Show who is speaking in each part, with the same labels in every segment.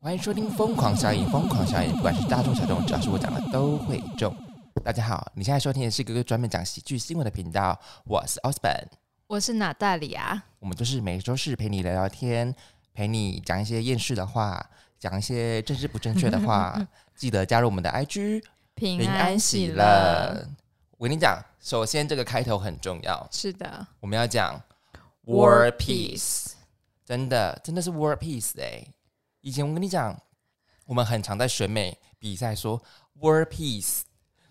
Speaker 1: 欢迎收听《疯狂效应》，疯狂效应，不管是大众小众，只要是我讲的都会中。大家好，你现在收听的是哥哥专门讲喜剧新闻的频道，我是 Osborn，
Speaker 2: 我是哪大里啊？
Speaker 1: 我们就是每周四陪你聊聊天，陪你讲一些厌世的话，讲一些政治不正确的 话。记得加入我们的 IG，
Speaker 2: 平
Speaker 1: 平安喜乐。我跟你讲，首先这个开头很重要，
Speaker 2: 是的
Speaker 1: 我们要讲 Peace。真的真的是 World Peace 哎、以前我跟你讲，我们很常在选美比赛说 World Peace，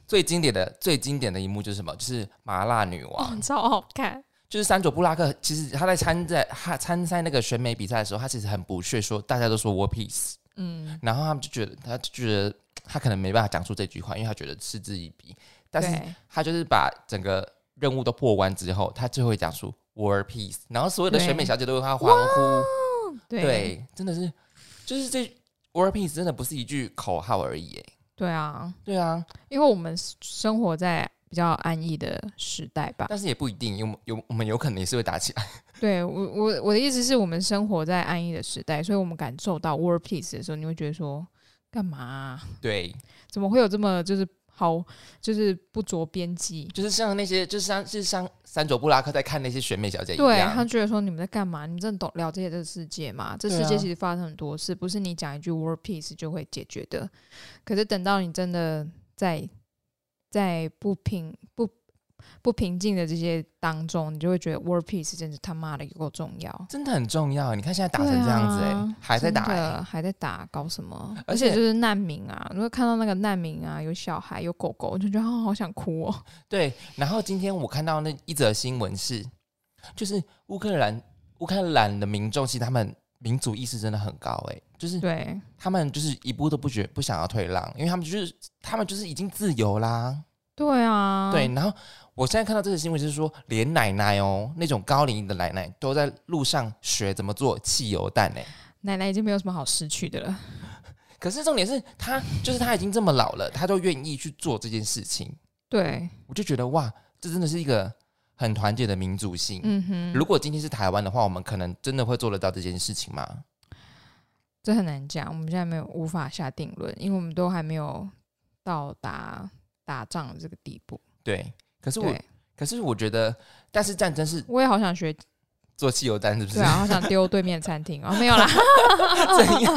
Speaker 1: 最经典的最经典的一幕就是什么？就是麻辣女王，
Speaker 2: 哦，超好看。
Speaker 1: 就是山卓布拉克。其实他在参在他参赛那个选美比赛的时候，他其实很不屑说大家都说 World Peace，
Speaker 2: 嗯，
Speaker 1: 然后他们就觉得他就觉得他可能没办法讲出这句话，因为他觉得嗤之以鼻。但是
Speaker 2: 对，
Speaker 1: 他就是把整个任务都破完之后，他最后会讲出 World Peace，然后所有的选美
Speaker 2: 对
Speaker 1: 小姐都为他欢呼。
Speaker 2: 对
Speaker 1: 对，真的是，就是这 “world peace” 真的不是一句口号而已，哎，
Speaker 2: 对啊，
Speaker 1: 对啊，
Speaker 2: 因为我们生活在比较安逸的时代吧。
Speaker 1: 但是也不一定，有有我们有可能也是会打起来，
Speaker 2: 对我，我我的意思是我们生活在安逸的时代，所以我们感受到 world peace 的时候，你会觉得说，干嘛啊、
Speaker 1: 对，
Speaker 2: 怎么会有这么就是好，就是不着边际？
Speaker 1: 就是像那些，就是像就是像山卓布拉克在看那些选美小姐一
Speaker 2: 对他
Speaker 1: 样，
Speaker 2: 觉得说你们在干嘛？你们真的懂了解这个世界吗？这
Speaker 1: 对
Speaker 2: 世界
Speaker 1: 啊
Speaker 2: 其实发生很多事，不是你讲一句 “world peace” 就会解决的。可是等到你真的在在不平不不平静的这些当中，你就会觉得 “world peace” 真是他妈的有够重要。
Speaker 1: 真的很重要。你看现在打成这样子，
Speaker 2: 对
Speaker 1: 哎、
Speaker 2: 啊
Speaker 1: 还在打、
Speaker 2: 真的
Speaker 1: 哎，
Speaker 2: 还在打，搞什么？
Speaker 1: 而
Speaker 2: 而
Speaker 1: 且
Speaker 2: 且就是难民啊，如果看到那个难民啊，有小孩有狗狗，我就觉得哦，好想哭哦。
Speaker 1: 对。然后今天我看到那一则新闻是，就是乌克兰乌克兰的民众，其实他们民族意识真的很高、哎，就是
Speaker 2: 对，
Speaker 1: 他们就是一步都不觉不想要退让，因为他们就是他们就是已经自由啦。
Speaker 2: 对啊，
Speaker 1: 对，然后我现在看到这个新闻，就是说连奶奶哦，那种高龄的奶奶都在路上学怎么做汽油蛋呢。
Speaker 2: 奶奶已经没有什么好失去的了。
Speaker 1: 可是重点是她，就是她已经这么老了，她都愿意去做这件事情，
Speaker 2: 对，
Speaker 1: 我就觉得哇，这真的是一个很团结的民族性。
Speaker 2: 嗯哼，
Speaker 1: 如果今天是台湾的话，我们可能真的会做得到这件事情吗？
Speaker 2: 这很难讲，我们现在没有无法下定论，因为我们都还没有到达打仗这个地步。
Speaker 1: 对，可是我
Speaker 2: 对，，
Speaker 1: 可是我觉得，但是战争是
Speaker 2: 我也好想学，
Speaker 1: 做汽油弹，是不是？
Speaker 2: 对啊，好想丢对面餐厅哦，没 有啦，
Speaker 1: 怎样？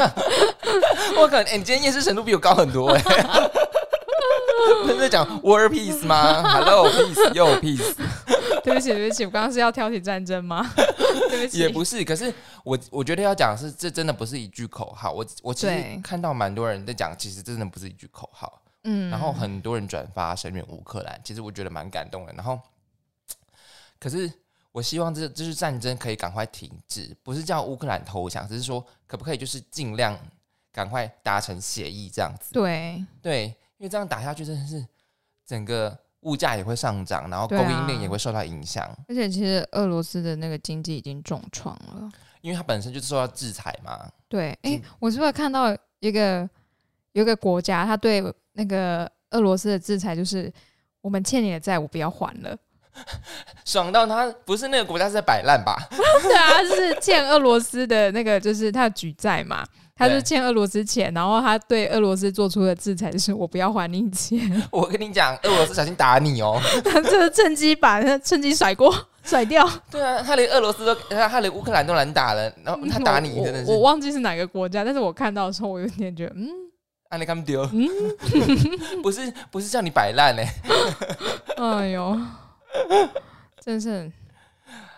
Speaker 1: 我可能、欸，你今天夜视程度比我高很多哎、 不是在讲 war peace 吗？Hello peace 又 peace
Speaker 2: 对不起，对不起，我刚刚是要挑起战争吗？ 对不起，
Speaker 1: 也不是，可是我我觉得要讲的是这真的不是一句口号。我我其实
Speaker 2: 对
Speaker 1: 看到蛮多人在讲，其实真的不是一句口号。
Speaker 2: 嗯
Speaker 1: 然后很多人转发声援乌克兰，其实我觉得蛮感动的。然后，可是我希望这这是战争可以赶快停止，不是叫乌克兰投降，只是说可不可以就是尽量赶快达成协议这样子。
Speaker 2: 对
Speaker 1: 对，因为这样打下去真的是整个物价也会上涨，然后供
Speaker 2: 对
Speaker 1: 应链
Speaker 2: 啊
Speaker 1: 也会受到影响，
Speaker 2: 而且其实俄罗斯的那个经济已经重创了。
Speaker 1: 因为它本身就是受到制裁嘛。
Speaker 2: 对，哎、
Speaker 1: 嗯
Speaker 2: 我是不是看到一个有一个国家，他对那个俄罗斯的制裁就是我们欠你的债，我不要还了。
Speaker 1: 爽到它不是那个国家是在摆烂吧？
Speaker 2: 对啊，就是欠俄罗斯的那个，就是他的举债嘛，他就欠俄罗斯钱，然后他对俄罗斯做出的制裁就是我不要还你钱，
Speaker 1: 我跟你讲，俄罗斯小心打你哦。
Speaker 2: 他就是趁机把那趁机甩锅 甩掉。
Speaker 1: 对啊，他连俄罗斯都，他他连乌克兰都难打了，然后他打你
Speaker 2: 我
Speaker 1: 真的
Speaker 2: 嗯我我
Speaker 1: 是
Speaker 2: 忘记是哪个国家，但是我看到的时候，我有点觉得，嗯，
Speaker 1: 按啊你他们丢， 不是不是叫你摆烂嘞。
Speaker 2: 哎呦，真是很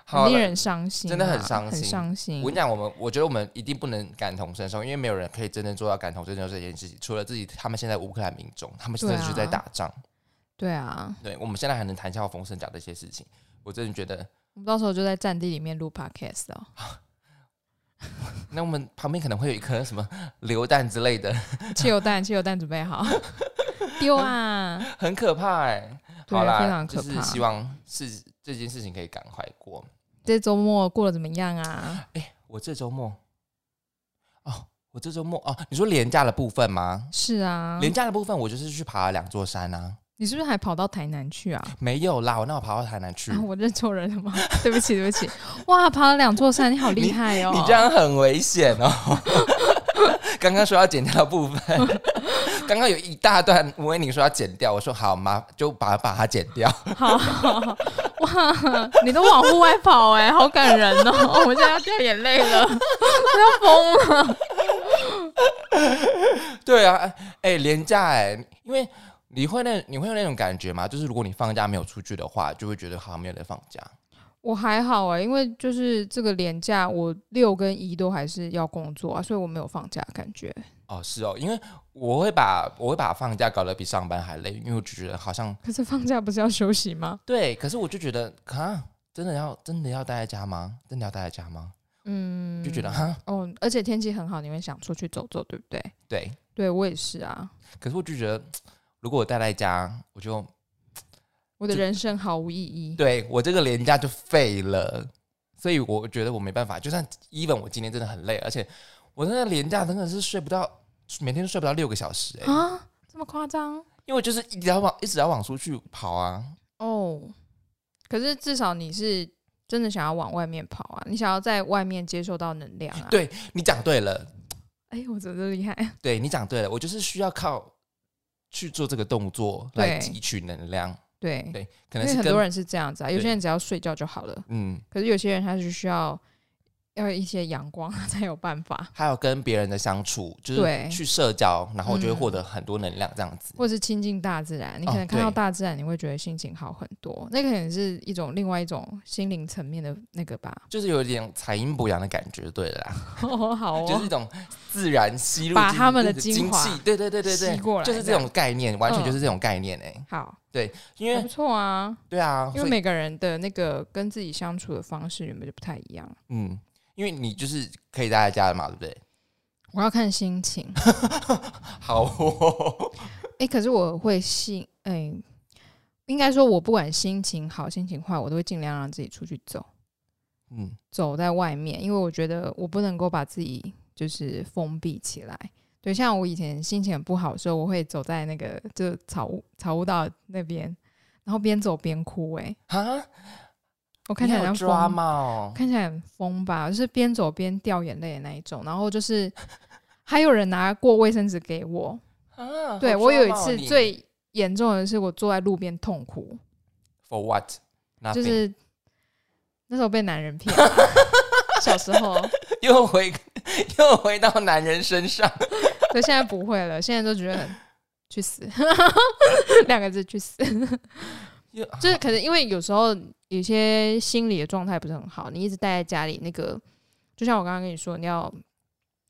Speaker 1: 好
Speaker 2: 令
Speaker 1: 了，
Speaker 2: 人伤心啊、
Speaker 1: 真的很伤
Speaker 2: 很
Speaker 1: 心
Speaker 2: 伤心
Speaker 1: 我跟。你讲，我们我觉得我们一定不能感同身受，因为没有人可以真正做到感同身受这件事情，除了自己他们现在乌克兰民众，他们真的
Speaker 2: 对啊
Speaker 1: 是在打仗。
Speaker 2: 对啊，
Speaker 1: 对，我们现在还能谈笑风生讲这些事情，我真的觉得，
Speaker 2: 我们到时候就在战地里面录 podcast 哦，
Speaker 1: 那我们旁边可能会有一颗什么 榴弹之类的，
Speaker 2: 汽油弹，汽油弹准 备好，丢啊！
Speaker 1: 很可怕哎、
Speaker 2: 对啊
Speaker 1: 好啦，
Speaker 2: 非常可
Speaker 1: 就是
Speaker 2: 怕
Speaker 1: 希望是这件事情可以赶快过。
Speaker 2: 这周末过得怎么样 啊？
Speaker 1: 我这周末，哦，我这周末哦，你说廉价的部分吗？
Speaker 2: 是啊，
Speaker 1: 廉价的部分，我就是去爬了两座山啊，
Speaker 2: 你是不是还跑到台南去啊？
Speaker 1: 没有啦，我那我爬到台南去，
Speaker 2: 啊我认错人了吗？ 对不起，对不 起。哇，爬了两座山，你好厉害哦！
Speaker 1: 你这样很危险哦。 刚刚说要剪掉的部分， 刚刚有一大段维宁说要剪掉，我说好麻就把把它剪掉。
Speaker 2: 好好好哇，你都往户外跑 哎、好感人 哦！我现在要掉眼泪了，我要疯了。
Speaker 1: 对啊，哎、哎廉价哎，因为你会那你会有那种感觉吗？就是如果你放假没有出去的话，就会觉得好像没有在放假。
Speaker 2: 我还好哎、因为就是这个年假，我六跟一都还是要工作啊，所以我没有放假的感觉。
Speaker 1: 哦，是哦，因为我会把我会把放假搞得比上班还累，因为我就觉得好像
Speaker 2: 可是放假不是要休息吗？
Speaker 1: 对，可是我就觉得啊，真的要真的要待在家吗？真的要待在家吗？
Speaker 2: 嗯，
Speaker 1: 就觉得哈，
Speaker 2: 哦，而且天气很好，你会想出去走走，对不对？
Speaker 1: 对。
Speaker 2: 对我也是啊，
Speaker 1: 可是我就觉得，如果我待在家，我就
Speaker 2: 我的
Speaker 1: 就
Speaker 2: 人生毫无意义。
Speaker 1: 对我这个廉价就废了。所以我觉得我没办法，就算 even 我今天真的很累，而且我那个廉价真的是睡不到，每天都睡不到六个小时哎、
Speaker 2: 啊，这么夸张
Speaker 1: 因为我就是一直要往一直要往出去跑啊。
Speaker 2: 哦？可是至少你是真的想要往外面跑啊，你想要在外面接受到能量啊。，
Speaker 1: 对你讲对了，
Speaker 2: 哎、我真的厉害。
Speaker 1: 对你讲对了，我就是需要靠去做这个动作来
Speaker 2: 对
Speaker 1: 汲取能量。
Speaker 2: 对，
Speaker 1: 对，可能
Speaker 2: 因为
Speaker 1: 是
Speaker 2: 很
Speaker 1: 跟
Speaker 2: 多人是这样子啊，有些
Speaker 1: 对
Speaker 2: 人只要睡觉就好了，
Speaker 1: 嗯，
Speaker 2: 可是有些人他是需要要一些阳光啊 才有办法，
Speaker 1: 还有跟别人的相处，就是
Speaker 2: 对
Speaker 1: 去社交，然后我就会
Speaker 2: 嗯
Speaker 1: 获得很多能量，这样子。
Speaker 2: 或是亲近大自然。你
Speaker 1: 哦
Speaker 2: 可能看到
Speaker 1: 对
Speaker 2: 大自然，你会觉得心情好很多。那可能是一种另外一种心灵层面的那个吧。
Speaker 1: 就是有点采阴补阳的感觉，对了啦，
Speaker 2: 哦，好
Speaker 1: 就是一
Speaker 2: 哦，
Speaker 1: 种自然吸入
Speaker 2: 把
Speaker 1: 进
Speaker 2: 他们的
Speaker 1: 精
Speaker 2: 精华
Speaker 1: 气，对对对对对，
Speaker 2: 吸过来
Speaker 1: 就是这种概念，完全
Speaker 2: 嗯
Speaker 1: 就是这种概念哎，
Speaker 2: 好，
Speaker 1: 因
Speaker 2: 还
Speaker 1: 为
Speaker 2: 不错啊。
Speaker 1: 对啊，
Speaker 2: 因
Speaker 1: 所
Speaker 2: 为
Speaker 1: 以
Speaker 2: 每个人的那个跟自己相处的方式原本就不太一样。
Speaker 1: 嗯，因为你就是可以待在家的嘛，对不对？
Speaker 2: 我要看心情，
Speaker 1: 好哦，
Speaker 2: 哎、可是我会心，哎、应该说我不管心情好心情坏，我都会尽量让自己出去走。
Speaker 1: 嗯，
Speaker 2: 走在外面，因为我觉得我不能够把自己就是封闭起来。对，像我以前心情很不好的时候，我会走在那个就是草屋草屋道那边，然后边走边哭、欸。
Speaker 1: 哈，
Speaker 2: 我看起来
Speaker 1: 你好
Speaker 2: 很
Speaker 1: 抓
Speaker 2: 疯，
Speaker 1: 嘛哦，
Speaker 2: 看起来很疯吧，就是边走边掉眼泪的那一种。然后就是 还有人拿过卫生纸给我。
Speaker 1: 啊
Speaker 2: 对
Speaker 1: 好
Speaker 2: 我有一
Speaker 1: 抓嘛哦
Speaker 2: 次
Speaker 1: 你
Speaker 2: 最严重的是，我坐在路边痛哭，
Speaker 1: for what，Nothing
Speaker 2: 就是那时候被男人骗。小时候，
Speaker 1: 又回又回到男人身上，
Speaker 2: 对，现在不会了，现在都觉得很去死， 两个字去死。
Speaker 1: 又
Speaker 2: 就是可能因为有时候有些心理的状态不是很好，你一直待在家里，那个就像我刚刚跟你说，你要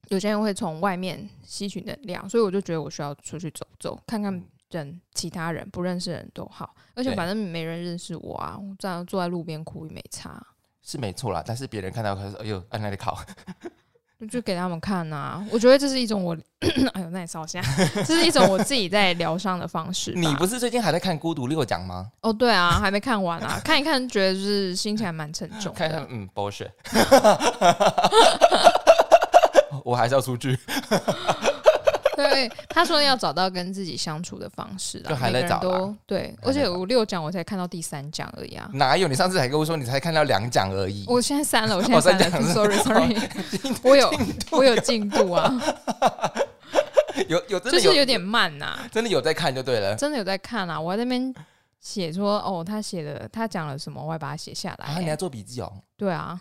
Speaker 2: 有些人会从外面吸取能量，所以我就觉得我需要出去走走，看看人，其他人不认识的人都好，而且
Speaker 1: 对
Speaker 2: 反正没人认识我啊，我这样坐在路边哭也没差。
Speaker 1: 是没错啦，但是别人看到可是哎呦，按那里考，
Speaker 2: 就就给他们看呐、我觉得这是一种我， 哎呦，那你烧香，这是一种我自己在疗伤的方式吧。
Speaker 1: 你不是最近还在看《孤独六讲》吗？
Speaker 2: 哦，对啊，还没看完啊，看一看觉得就是心情还蛮沉重
Speaker 1: 看一看
Speaker 2: 的。，
Speaker 1: 嗯，bullshit，我还是要出去，
Speaker 2: 对，他说要找到跟自己相处的方式啦，
Speaker 1: 就还
Speaker 2: 每
Speaker 1: 在
Speaker 2: 个人
Speaker 1: 找啦
Speaker 2: 都对，
Speaker 1: 还
Speaker 2: 而
Speaker 1: 在
Speaker 2: 且
Speaker 1: 找嗯
Speaker 2: 我六讲我才看到第三讲而已啊。
Speaker 1: 哪有？你上次还跟我说你才看到两讲而已，
Speaker 2: 我现在删了，我现
Speaker 1: 哦
Speaker 2: 在
Speaker 1: 三
Speaker 2: 删
Speaker 1: 讲
Speaker 2: 了、s o r r y sorry，我有我有进度啊，
Speaker 1: 有有真
Speaker 2: 就
Speaker 1: 的有
Speaker 2: 是有点慢呐、
Speaker 1: 真的有在看就对了
Speaker 2: 真的有在看啊，我还在那边写说哦，他写的他讲了什么，我还把它写下来、
Speaker 1: 啊！你还做笔记哦，
Speaker 2: 对啊，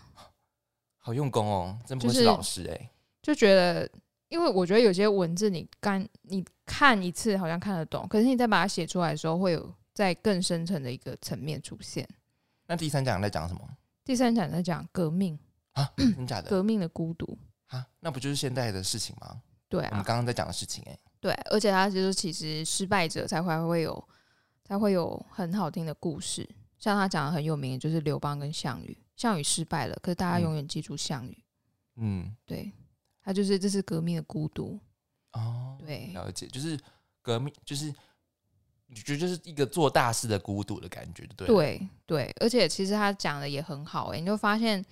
Speaker 1: 好用功哦，真不愧
Speaker 2: 就是
Speaker 1: 是老师哎。
Speaker 2: 就觉得，因为我觉得有些文字你干你看一次好像看得懂，可是你再把它写出来的时候，会有在更深层的一个层面出现。
Speaker 1: 那第三讲在讲什 么
Speaker 2: 第三讲在讲革命，
Speaker 1: 啊？真假的
Speaker 2: 革命的孤独，
Speaker 1: 啊？那不就是现在的事情吗？
Speaker 2: 对
Speaker 1: 我们
Speaker 2: 啊，
Speaker 1: 刚刚在讲的事情哎。
Speaker 2: 对，而且它就是其实失败者才会会有才会有很好听的故事，像他讲的很有名的就是刘邦跟项羽，项羽失败了，可是大家
Speaker 1: 嗯
Speaker 2: 永远记住项羽，
Speaker 1: 嗯，
Speaker 2: 对他就是这是革命的孤独，
Speaker 1: 哦，
Speaker 2: 对
Speaker 1: 了解，就是革命，就是你觉得就是一个做大事的孤独的感觉，对了，
Speaker 2: 对对，而且其实他讲的也很好诶、欸你就发现，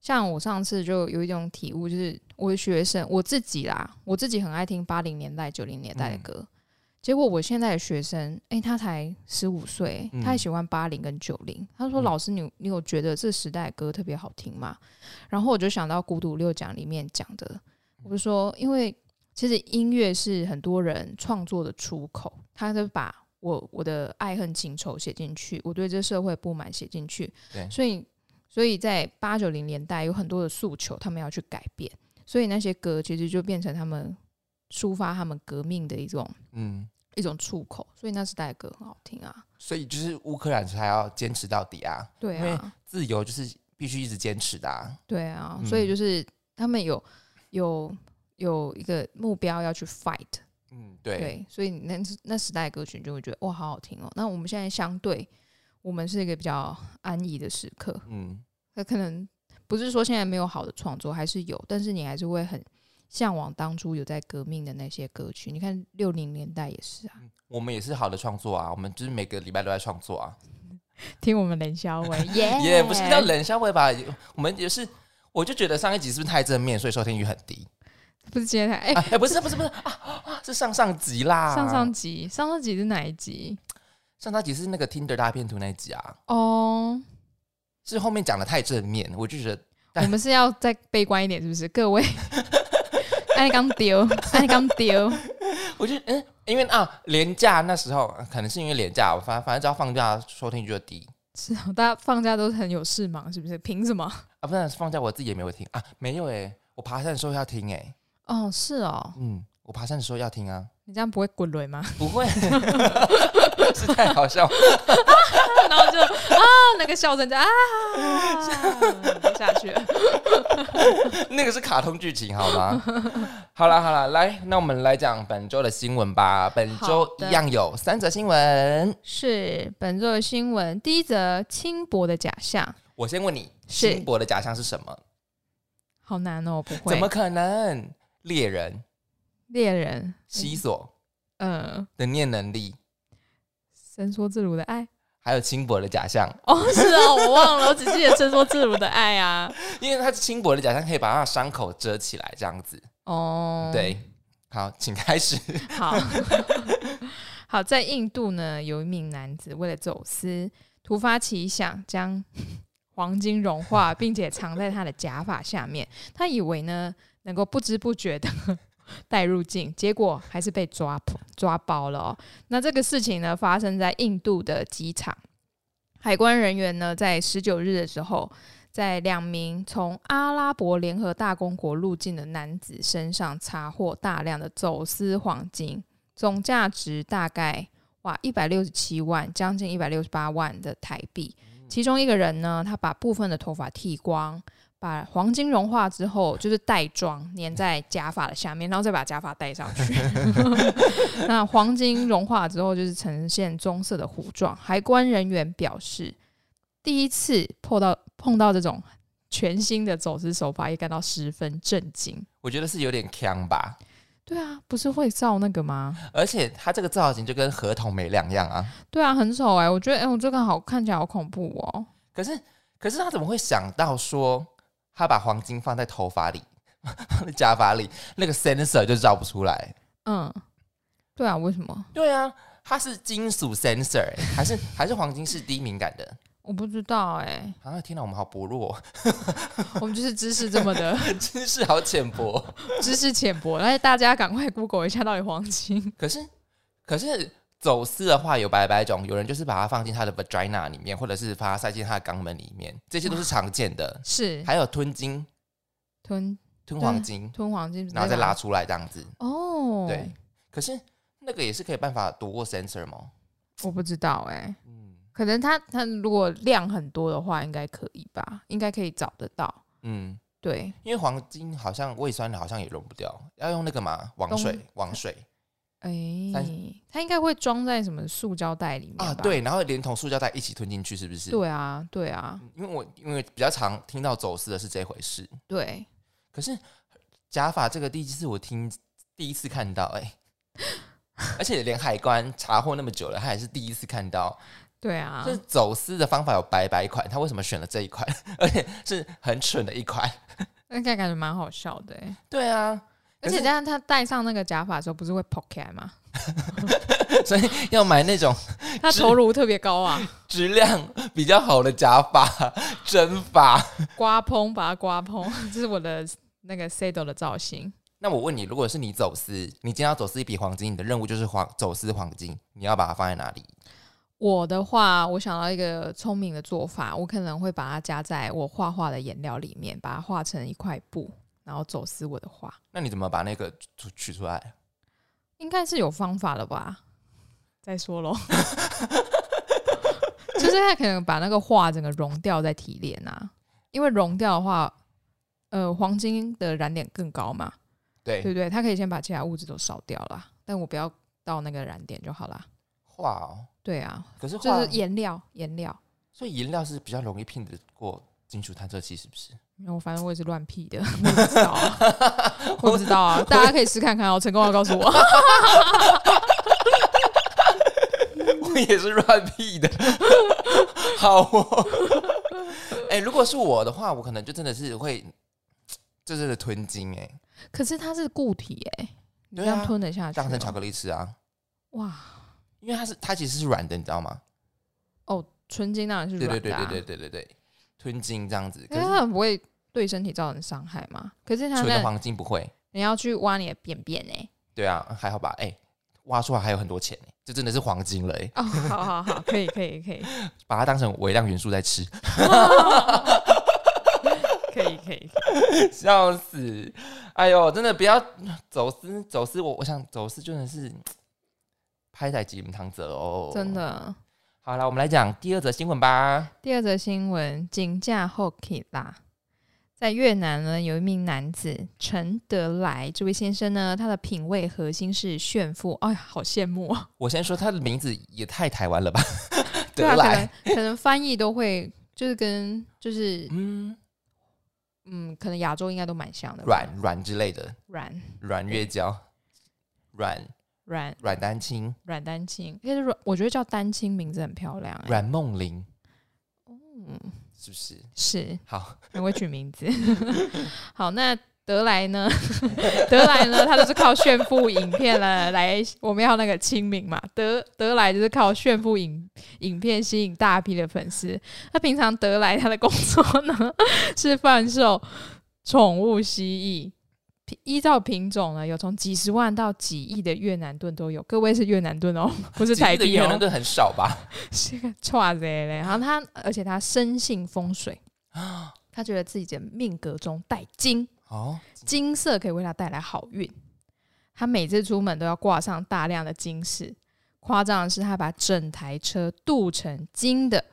Speaker 2: 像我上次就有一种体悟，就是我的学生我自己啦，我自己很爱听八零年代、九零年代的
Speaker 1: 嗯
Speaker 2: 歌，结果我现在的学生，诶、他才十五岁，
Speaker 1: 嗯
Speaker 2: 他也喜欢八零跟九零，他说
Speaker 1: 嗯
Speaker 2: 老师你你有觉得这时代的歌特别好听吗？然后我就想到《孤独六讲》里面讲的，我就说因为。其实音乐是很多人创作的出口，他都把我我的爱恨情仇写进去，我对这社会不满写进去，
Speaker 1: 对
Speaker 2: 所以所以在八九零年代有很多的诉求，他们要去改变，所以那些歌其实就变成他们抒发他们革命的一种
Speaker 1: 嗯，
Speaker 2: 一种出口，所以那时代的歌很好听啊，
Speaker 1: 所以就是乌克兰才要坚持到底啊，
Speaker 2: 对
Speaker 1: 因为
Speaker 2: 啊，
Speaker 1: 自由就是必须一直坚持的、啊，
Speaker 2: 对啊，
Speaker 1: 嗯
Speaker 2: 所以就是他们有有有一个目标要去 fight。
Speaker 1: 嗯，对，
Speaker 2: 对，所以那那时代歌曲就会觉得哇，好好听哦。那我们现在相对，我们是一个比较安逸的时刻，
Speaker 1: 嗯，
Speaker 2: 那可能不是说现在没有好的创作，还是有，但是你还是会很向往当初有在革命的那些歌曲。你看六零年代也是啊，
Speaker 1: 我们也是好的创作啊，我们就是每个礼拜都在创作啊，
Speaker 2: 听我们冷小伟 耶，
Speaker 1: 也、不是叫冷笑话吧，我们也是。我就觉得上一集是不是太正面，所以收听率很低？
Speaker 2: 不是今天哎、
Speaker 1: 哎、哎不是不是不是啊啊，啊是上上集啦，
Speaker 2: 上上集上上集是哪一集？
Speaker 1: 上上集是那个 Tinder 大片图那一集啊，
Speaker 2: 哦、
Speaker 1: 是后面讲的太正面，我就觉得
Speaker 2: 我们是要再悲观一点，是不是？ 各位，爱刚丢，爱刚丢。
Speaker 1: 我就嗯，因为啊，廉价那时候啊可能是因为廉价，我反反正只要放假，收听率就低
Speaker 2: 是啊，大家放假都是很有事忙，是不是？凭什么？
Speaker 1: 啊。不然放假我自己也没有听啊，没有哎、我爬山的时候要听哎、
Speaker 2: 哦，是哦，
Speaker 1: 嗯，我爬山的时候要听啊，
Speaker 2: 你这样不会滚轮吗？
Speaker 1: 不会， 是太好笑。
Speaker 2: 然后就 啊，那个笑声就啊，下去了。
Speaker 1: 那个是卡通剧情好吗？好啦好啦，来，那我们来讲本周的新闻吧。本周
Speaker 2: 好的
Speaker 1: 一样有三则新闻。
Speaker 2: 是本周的新闻，第一则轻薄的假象，
Speaker 1: 我先问你，
Speaker 2: 是
Speaker 1: 新博的假象是什么？
Speaker 2: 好难哦，不会。
Speaker 1: 怎么可能？猎人、
Speaker 2: 猎人？
Speaker 1: 西索
Speaker 2: 呃，
Speaker 1: 的念能力，
Speaker 2: 伸缩自如的爱。
Speaker 1: 还有轻薄的假象，
Speaker 2: 哦，是哦，我忘了，我只记得伸缩自如的爱啊。
Speaker 1: 因为它是轻薄的假象，可以把它的伤口遮起来，这样子。
Speaker 2: 哦，
Speaker 1: 对，好，请开始。
Speaker 2: 好好，在印度呢，有一名男子为了走私，突发奇想，将 黄金融化，并且藏在他的假发下面。他以为呢，能够不知不觉的 带入境，结果还是被抓捕抓包了、哦。那这个事情呢，发生在印度的机场，海关人员呢，在十九日的时候。在两名从阿拉伯联合大公国入境的男子身上查获大量的走私黄金，总价值大概哇一百六十七万，将近一百六十八万的台币。其中一个人呢，他把部分的头发剃光，把黄金融化之后，就是带妆粘在假发的下面，然后再把假发戴上去。那黄金融化之后，就是呈现棕色的糊状。海关人员表示，第一次碰到碰到这种全新的走私手法，也感到十分震惊。
Speaker 1: 我觉得是有点呛吧，
Speaker 2: 对啊，不是会照那个吗？
Speaker 1: 而且它这个造型就跟合同没两样啊。
Speaker 2: 对啊，很丑哎、我觉得哎、我这个好看起来好恐怖哦。
Speaker 1: 可是，可是他怎么会想到说他把黄金放在头发里，放在假发里，那个 sensor 就照不出来？
Speaker 2: 嗯，对啊，为什么？
Speaker 1: 对啊，它是金属 sensor，、欸、还是还是黄金是低敏感的？
Speaker 2: 我不知道哎、
Speaker 1: 啊，天哪，我们好薄弱哦，
Speaker 2: 我们就是知识这么 的
Speaker 1: 真是好浅薄。哦
Speaker 2: 知识浅薄，但是大家赶快 Google 一下到底黄金。
Speaker 1: 可是，可是走私的话有百百种，有人就是把它放进他的 vagina 里面，或者是把它塞进他的肛门里面，这些都是常见的。
Speaker 2: 是
Speaker 1: 还有吞金、
Speaker 2: 吞
Speaker 1: 吞黄金，
Speaker 2: 吞黄金，
Speaker 1: 然后再拉。出来这样子。
Speaker 2: 啊哦，
Speaker 1: 对，，可是那个也是可以办法躲过 sensor 吗？
Speaker 2: 我不知道哎、
Speaker 1: 嗯
Speaker 2: 可能它它如果量很多的话，应该可以吧？应该可以找得到。
Speaker 1: 嗯，
Speaker 2: 对，
Speaker 1: 因为黄金好像胃酸好像也溶不掉，要用那个嘛王水
Speaker 2: 东
Speaker 1: 王水
Speaker 2: 哎、
Speaker 1: 但
Speaker 2: 它应该会装在什么塑胶袋里面吧？
Speaker 1: 啊，对，然后连同塑胶袋一起吞进去，是不是？
Speaker 2: 对啊，对啊，
Speaker 1: 嗯，因为我因为比较常听到走私的是这回事，
Speaker 2: 对。
Speaker 1: 可是假发这个第一次我听第一次看到哎、而且连海关查获那么久了，他也是第一次看到。
Speaker 2: 对啊，
Speaker 1: 就是走私的方法有百百款，他为什么选了这一款？ 而且是很蠢的一款。
Speaker 2: 那个感觉蛮好笑的欸。
Speaker 1: 对啊，
Speaker 2: 而
Speaker 1: 可
Speaker 2: 且
Speaker 1: 是
Speaker 2: 这样他戴上那个假发的时候，不是会 p o 起来吗？
Speaker 1: 所以要买那种
Speaker 2: 他头颅特别 高啊，
Speaker 1: 质量比较好的假发、真发。
Speaker 2: 刮蓬把它刮蓬，这是我的那个 Sado 的造型。
Speaker 1: 那我问你，如果是你走私，你今天要走私一笔黄金，你的任务就是黄走私黄金，你要把它放在哪里？
Speaker 2: 我的话，我想到一个聪明的做法，我可能会把它加在我画画的颜料里面，把它画成一块布，然后走私我的画，
Speaker 1: 那你怎么把那个取取出来？
Speaker 2: 应该是有方法的吧？再说喽， 就是他可能把那个画整个融掉再提炼啊，因为融掉的话，呃，黄金的燃点更高嘛，
Speaker 1: 对
Speaker 2: 对，不对？他可以先把其他物质都烧掉啦，但我不要到那个燃点就好啦。
Speaker 1: 画哦，
Speaker 2: 对啊，
Speaker 1: 可是
Speaker 2: 就
Speaker 1: 画，
Speaker 2: 是颜料，颜料。
Speaker 1: 所以颜料是比较容易骗得过金属探测器，是不是？
Speaker 2: 然后反正我也是乱 P 的，我也不知道、啊，我也不知道啊，大家可以试看看哦，成功要 告诉我。
Speaker 1: 我也是乱屁的， 好哦。 哎、如果是我的话，我可能就真的是会，就真的吞金哎、
Speaker 2: 可是它是固体哎、你这
Speaker 1: 对啊
Speaker 2: 样吞得下去、
Speaker 1: 当成巧
Speaker 2: 哦？
Speaker 1: 克力吃啊，
Speaker 2: 哇
Speaker 1: 因为它是它其实是软的，你知道吗？
Speaker 2: 哦，纯金当然是
Speaker 1: 对
Speaker 2: 软的、
Speaker 1: 对
Speaker 2: 啊，
Speaker 1: 对对对对对对，吞金这样子，可
Speaker 2: 可是
Speaker 1: 是
Speaker 2: 它不会对身体造成伤害嘛？可是它
Speaker 1: 纯的
Speaker 2: 那
Speaker 1: 黄金不会。
Speaker 2: 你要去挖你的便便哎、
Speaker 1: 对啊，还好吧？哎、挖出来还有很多钱哎、这真的是黄金了哎、
Speaker 2: 哦，好好好，可以可以可以
Speaker 1: 把它当成微量元素在吃，
Speaker 2: 可以可以，
Speaker 1: 笑死！哎呦，真的不要走私走私，我我想走私真的是嗯拍在吉姆汤泽哦，
Speaker 2: 真的。
Speaker 1: 好了，我们来讲第二则新闻吧。
Speaker 2: 第二则新闻：警驾后 k 啦。在越南呢，有一名男子陈德来这位先生呢，他的品味核心是炫富。哎呀，好羡慕 啊！
Speaker 1: 我先说他的名字也太台湾了吧，
Speaker 2: 啊，
Speaker 1: 德
Speaker 2: 可
Speaker 1: 莱，
Speaker 2: 能可能翻译都会就是跟就是
Speaker 1: 嗯，
Speaker 2: 嗯，可能亚洲应该都蛮像的吧。
Speaker 1: 软软之类的，
Speaker 2: 软
Speaker 1: 软月娇，软
Speaker 2: 软
Speaker 1: 软丹青，
Speaker 2: 软丹青，可是软，我觉得叫丹青名字很漂亮、欸。
Speaker 1: 阮梦玲，
Speaker 2: 嗯，
Speaker 1: 是不是？
Speaker 2: 是
Speaker 1: 好，
Speaker 2: 很会取名字。 好，那德莱呢？ 德莱呢？他就是靠炫富影片来来，我们要那个亲民嘛。德德莱就是靠炫富影影片吸引大批的粉丝。他平常德莱他的工作呢是贩售宠物蜥蜴。品依照品种呢，有从几十万到几亿的越南盾都有。各位是越南盾哦，不是台
Speaker 1: 吉利的
Speaker 2: 币
Speaker 1: 越
Speaker 2: 哦
Speaker 1: 南。盾很少吧？
Speaker 2: 是个差贼嘞。然后他，而且他深信风水，他觉得自己的命格中带金，
Speaker 1: 哦，
Speaker 2: 金色可以为他带来好运。他每次出门都要挂上大量的金饰。夸张的是，他把整台车镀成金的，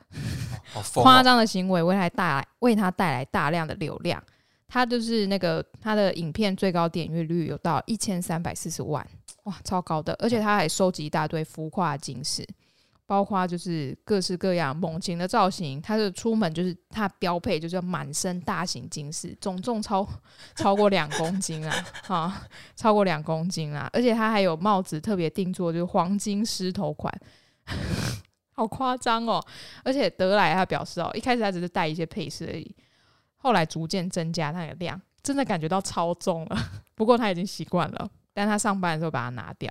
Speaker 1: 好疯
Speaker 2: 夸
Speaker 1: 哦！
Speaker 2: 张的行为为他带来为他带来大量的流量。他就是那个他的影片最高点阅率有到一千三百四十万，哇，超高的！而且他还收集一大堆浮夸的金饰，包括就是各式各样猛禽的造型。他的出门就是他标配就是满身大型金饰，总重超 超过两公斤啊， 啊，超过两公斤啊！而且他还有帽子特别定做，就是黄金狮头款， 好夸张哦！而且德莱他表示哦，一开始他只是带一些配饰而已，后来逐渐增加那个量，真的感觉到超重了。 不过他已经习惯了，但他上班的时候把它拿掉。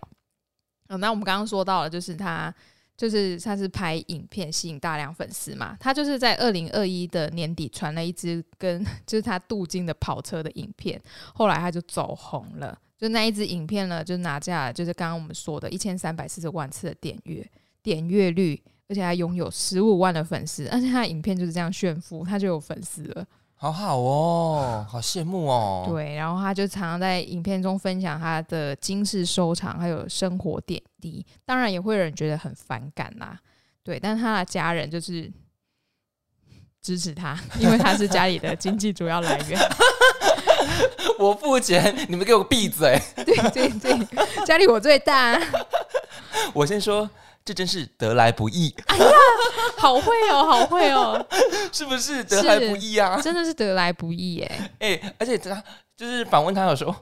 Speaker 2: 嗯，那我们刚刚说到了，就是他就是他是拍影片吸引大量粉丝嘛，他就是在二零二一的年底传了一支跟 就是他镀金的跑车的影片，后来他就走红了。就那一支影片呢，就拿下了就是刚刚我们说的一千三百四十万次的点阅，点阅率，而且他拥有十五万的粉丝，而且他的影片就是这样炫富，他就有粉丝了。
Speaker 1: 好好哦，好羡慕哦。，
Speaker 2: 对，然后他就常常在影片中分享他的金饰收藏，还有生活点滴。当然也会有人觉得很反感啦，对，但他的家人就是支持他，因为他是家里的经济主要来源。
Speaker 1: 我付钱，你们给我闭嘴！
Speaker 2: 对对对，家里我最大，
Speaker 1: 我先说，这真是得来不 易，
Speaker 2: 好会哦，好会哦，
Speaker 1: 是不是得来不易啊？
Speaker 2: 真的是得来不易耶。
Speaker 1: 哎、而且他就是访问他有时候，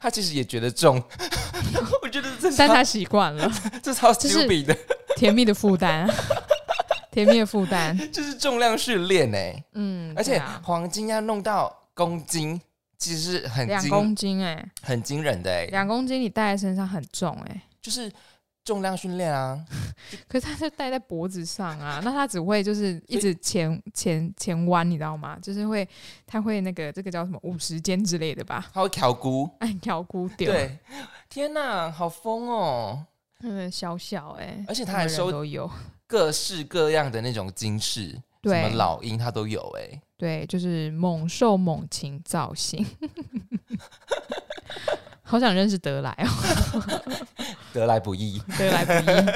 Speaker 1: 他其实也觉得重， 我觉得这
Speaker 2: 但
Speaker 1: 超
Speaker 2: 他习惯了
Speaker 1: 这超
Speaker 2: 就是
Speaker 1: stupid 的，
Speaker 2: 甜蜜的负担，甜蜜的负担。
Speaker 1: 就是重量训练哎。
Speaker 2: 嗯，
Speaker 1: 而
Speaker 2: 对
Speaker 1: 且
Speaker 2: 啊
Speaker 1: 黄金要弄到公斤，其实是很
Speaker 2: 两
Speaker 1: 惊
Speaker 2: 公斤哎、
Speaker 1: 很惊人的哎、
Speaker 2: 两公斤你带在身上很重哎、
Speaker 1: 就是重量训练啊，
Speaker 2: 可是它就戴在脖子上啊，那它只会就是一直前前前弯，你知道吗？就是会，它会那个这个叫什么五十肩之类的吧？
Speaker 1: 它会挑菇。
Speaker 2: 按 挑骨丢，，
Speaker 1: 对，天哪，好疯哦！
Speaker 2: 嗯，小小哎、
Speaker 1: 而且它
Speaker 2: 什么
Speaker 1: 还
Speaker 2: 人
Speaker 1: 收
Speaker 2: 都有，
Speaker 1: 各式各样的那种金饰，什么
Speaker 2: 对
Speaker 1: 老鹰它都有哎、
Speaker 2: 对，就是猛兽猛禽造型， 好想认识德莱哦，
Speaker 1: 得来不易。
Speaker 2: 德莱不易，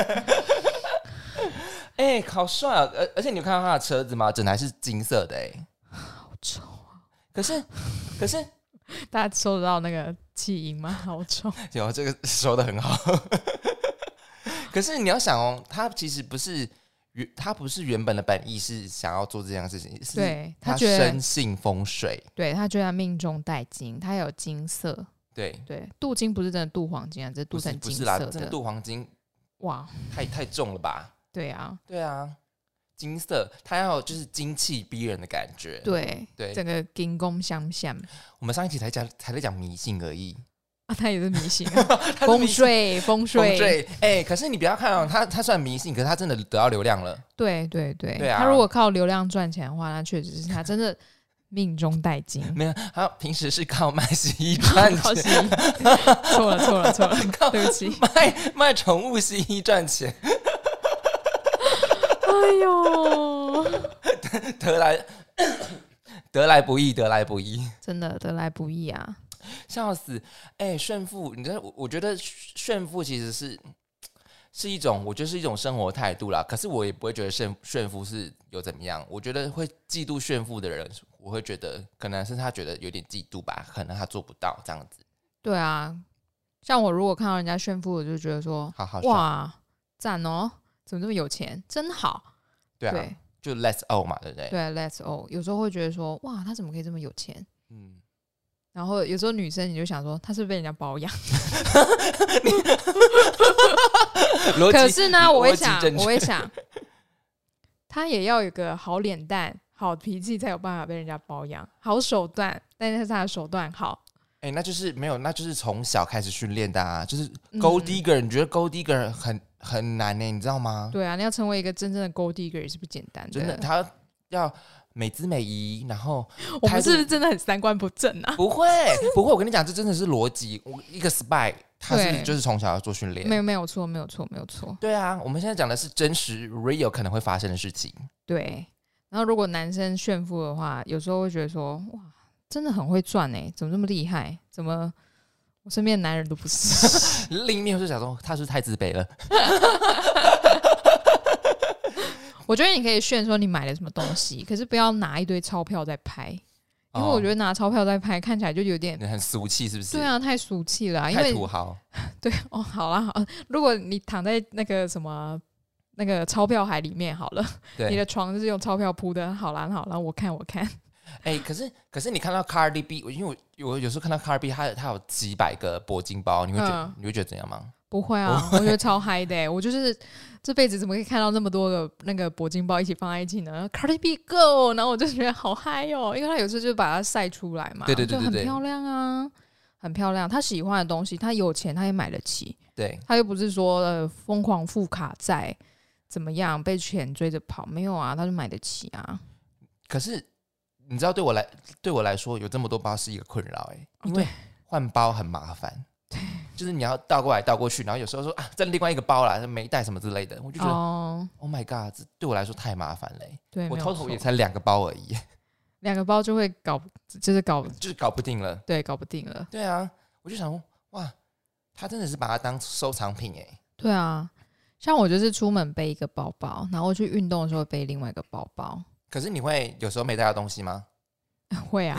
Speaker 1: 哎、好帅啊！而而且你有看到他的车子吗？整台是金色的哎、好啊
Speaker 2: 丑
Speaker 1: 可是，可是，
Speaker 2: 大家收得到那个气音吗？好重，
Speaker 1: 有这个收的很好。 可是你要想哦，他其实不是原，他不是原本的本意是想要做这件事情，是
Speaker 2: 对他
Speaker 1: 他
Speaker 2: 觉得
Speaker 1: 深，信风水。
Speaker 2: 对他觉得他命中带金，他有金色，
Speaker 1: 对，
Speaker 2: 对，镀金不是真的镀黄金啊，只是镀
Speaker 1: 不是
Speaker 2: 成
Speaker 1: 不
Speaker 2: 金
Speaker 1: 是
Speaker 2: 色
Speaker 1: 啦，真的嗯镀黄金
Speaker 2: 哇，
Speaker 1: 太太重了吧？
Speaker 2: 对啊，
Speaker 1: 对啊，金色它要有就是精气逼人的感觉。
Speaker 2: 对，
Speaker 1: 对
Speaker 2: 整个金工相像
Speaker 1: 我们上一期才讲才在讲迷信而已，
Speaker 2: 啊，他也是迷信、啊，
Speaker 1: 它是迷
Speaker 2: 风
Speaker 1: 信
Speaker 2: 水，风
Speaker 1: 风
Speaker 2: 水，
Speaker 1: 水哎、可是你不要看哦，他他虽然迷信，可是他真的得到流量了。
Speaker 2: 对对对，
Speaker 1: 对啊
Speaker 2: 他如果靠流量赚钱的话，那确实是他真的命中带金。
Speaker 1: 没有，他平时是 靠卖洗衣赚
Speaker 2: 靠
Speaker 1: 钱，
Speaker 2: 洗衣， 错了错了错了，
Speaker 1: 靠
Speaker 2: 对不起。
Speaker 1: 卖卖宠物洗衣赚钱，
Speaker 2: 哎呦，
Speaker 1: 得来 得来不易，得来不易，
Speaker 2: 真的得来不易啊！
Speaker 1: 笑死！哎、炫富，你知道，我我觉得炫富其实是是一种，我觉得是一种生活态度啦。可是我也不会觉得炫炫富是有怎么样，我觉得会嫉妒炫富的人，我会觉得可能是他觉得有点嫉妒吧，可能他做不到这样子。
Speaker 2: 对啊，像我如果看到人家炫富，我就觉得说，
Speaker 1: 好好笑，
Speaker 2: 哇，赞哦，怎么这么有钱，真好。
Speaker 1: 对啊，
Speaker 2: 对
Speaker 1: 就 Let's All 嘛，对不对？
Speaker 2: 对，Let's all。有时候会觉得说，哇，他怎么可以这么有钱？
Speaker 1: 嗯，
Speaker 2: 然后有时候女生你就想说，她是不是被人家包养？
Speaker 1: 逻
Speaker 2: 可
Speaker 1: 辑
Speaker 2: 是呢，我
Speaker 1: 逻
Speaker 2: 会
Speaker 1: 辑
Speaker 2: 想
Speaker 1: 正，
Speaker 2: 我
Speaker 1: 确
Speaker 2: 会想，他也要有个好脸蛋、好脾气，才有办法被人家包养。好手段，但是他的手段好，
Speaker 1: 哎、那就是没有，那就是从小开始训练的啊。就是
Speaker 2: 嗯
Speaker 1: Gold Digger，、你觉得 Gold Digger 很很难呢、你知道吗？
Speaker 2: 对啊，你要成为一个真正的 gold digger 也是不简单的。
Speaker 1: 真的，他要美姿美仪，然后
Speaker 2: 我
Speaker 1: 态
Speaker 2: 们
Speaker 1: 度
Speaker 2: 是不是真的很三观不正啊？
Speaker 1: 不会不会，我跟你讲，这真的是逻辑。我一个 spy，他是
Speaker 2: 对
Speaker 1: 就是从小要做训
Speaker 2: 没
Speaker 1: 练。
Speaker 2: 有，没有错，没有错，没有错。
Speaker 1: 对啊，我们现在讲的是真实 real 可能会发生的事情。
Speaker 2: 对。然后如果男生炫富的话，有时候会觉得说，哇，真的很会赚哎、怎么这么厉害？怎么我身边的男人都不是？
Speaker 1: 另一面就是想说，他是不是太自卑了。
Speaker 2: 我觉得你可以炫说你买了什么东西，可是不要拿一堆钞票在拍，因为我觉
Speaker 1: 得
Speaker 2: 得拿钞票在拍看起来就有点。
Speaker 1: 你很俗气，是不是？
Speaker 2: 对，啊，太俗气了啊、因
Speaker 1: 太
Speaker 2: 为
Speaker 1: 土豪。
Speaker 2: 对哦，好啦，好如果你躺在那个什么那个钞票海里面好了，
Speaker 1: 对，
Speaker 2: 你的床就是用钞票铺的，好啦好啦，我看我看，
Speaker 1: 哎、可是可是你看到 Cardi B，我因为我我有时候看到 Cardi B，他他有几百个铂金包，你会觉得、
Speaker 2: 嗯
Speaker 1: 你会觉得怎样吗？
Speaker 2: 不会啊，我觉得超嗨的 欸、我就是这辈子怎么可以看到那么多个那个铂金包一起放在一起呢？Cardi B Go，然后我就觉得好嗨哦、因为他有次就把它晒出来嘛，
Speaker 1: 对对对
Speaker 2: 就
Speaker 1: 对
Speaker 2: 很
Speaker 1: 对
Speaker 2: 漂亮啊，很漂亮。他喜欢的东西，他有钱他也买得起，
Speaker 1: 对，
Speaker 2: 他又不是说呃疯狂付卡债怎么样被钱追着跑，没有啊，他就买得起啊。
Speaker 1: 可是你知道对我来对我来说，有这么多包是一个困扰哎、因
Speaker 2: 对
Speaker 1: 为换包很麻烦，就是你要倒过来倒过去，然后有时候说啊，这另外一个包啦，没带什么之类的，我就觉得、
Speaker 2: 哦，
Speaker 1: Oh my God，这对我来说太麻烦了欸、
Speaker 2: 对，
Speaker 1: 我
Speaker 2: 没有
Speaker 1: 偷偷也
Speaker 2: 错
Speaker 1: 才两个包而已，
Speaker 2: 两个包就会搞，就是搞
Speaker 1: 就是搞不定了。
Speaker 2: 对搞不定了。
Speaker 1: 对啊，我就想说哇，他真的是把它当收藏品哎、
Speaker 2: 对啊，像我就是出门背一个包包，然后去运动的时候背另外一个包包，
Speaker 1: 可是你会有时候没带到东西吗？
Speaker 2: 会啊，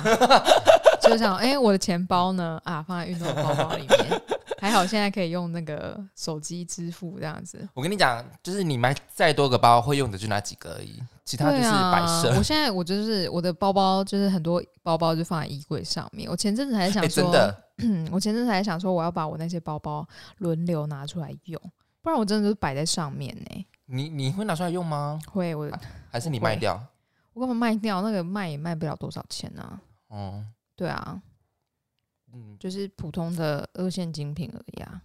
Speaker 2: 就想哎、诶我的钱包呢啊，放在运动的包包里面，还好现在可以用那个手机支付这样子。
Speaker 1: 我跟你讲，就是你买再多个包，会用的就那几个而已，其他就是摆
Speaker 2: 对啊。
Speaker 1: 设。
Speaker 2: 我现在我就是我的包包，就是很多包包就放在衣柜上面。我前阵子还
Speaker 1: 哎、
Speaker 2: 想说，
Speaker 1: 真的，
Speaker 2: 嗯，我前阵子还想说，我要把我那些包包轮流拿出来用，不然我真的就是摆在上面呢、
Speaker 1: 你你会拿出来用吗？
Speaker 2: 会我
Speaker 1: 还是你
Speaker 2: 我会
Speaker 1: 卖掉？
Speaker 2: 我干嘛卖掉？那个卖也卖不了多少钱啊。
Speaker 1: 哦，
Speaker 2: 对啊，
Speaker 1: 嗯，
Speaker 2: 就是普通的二线精品而已啊。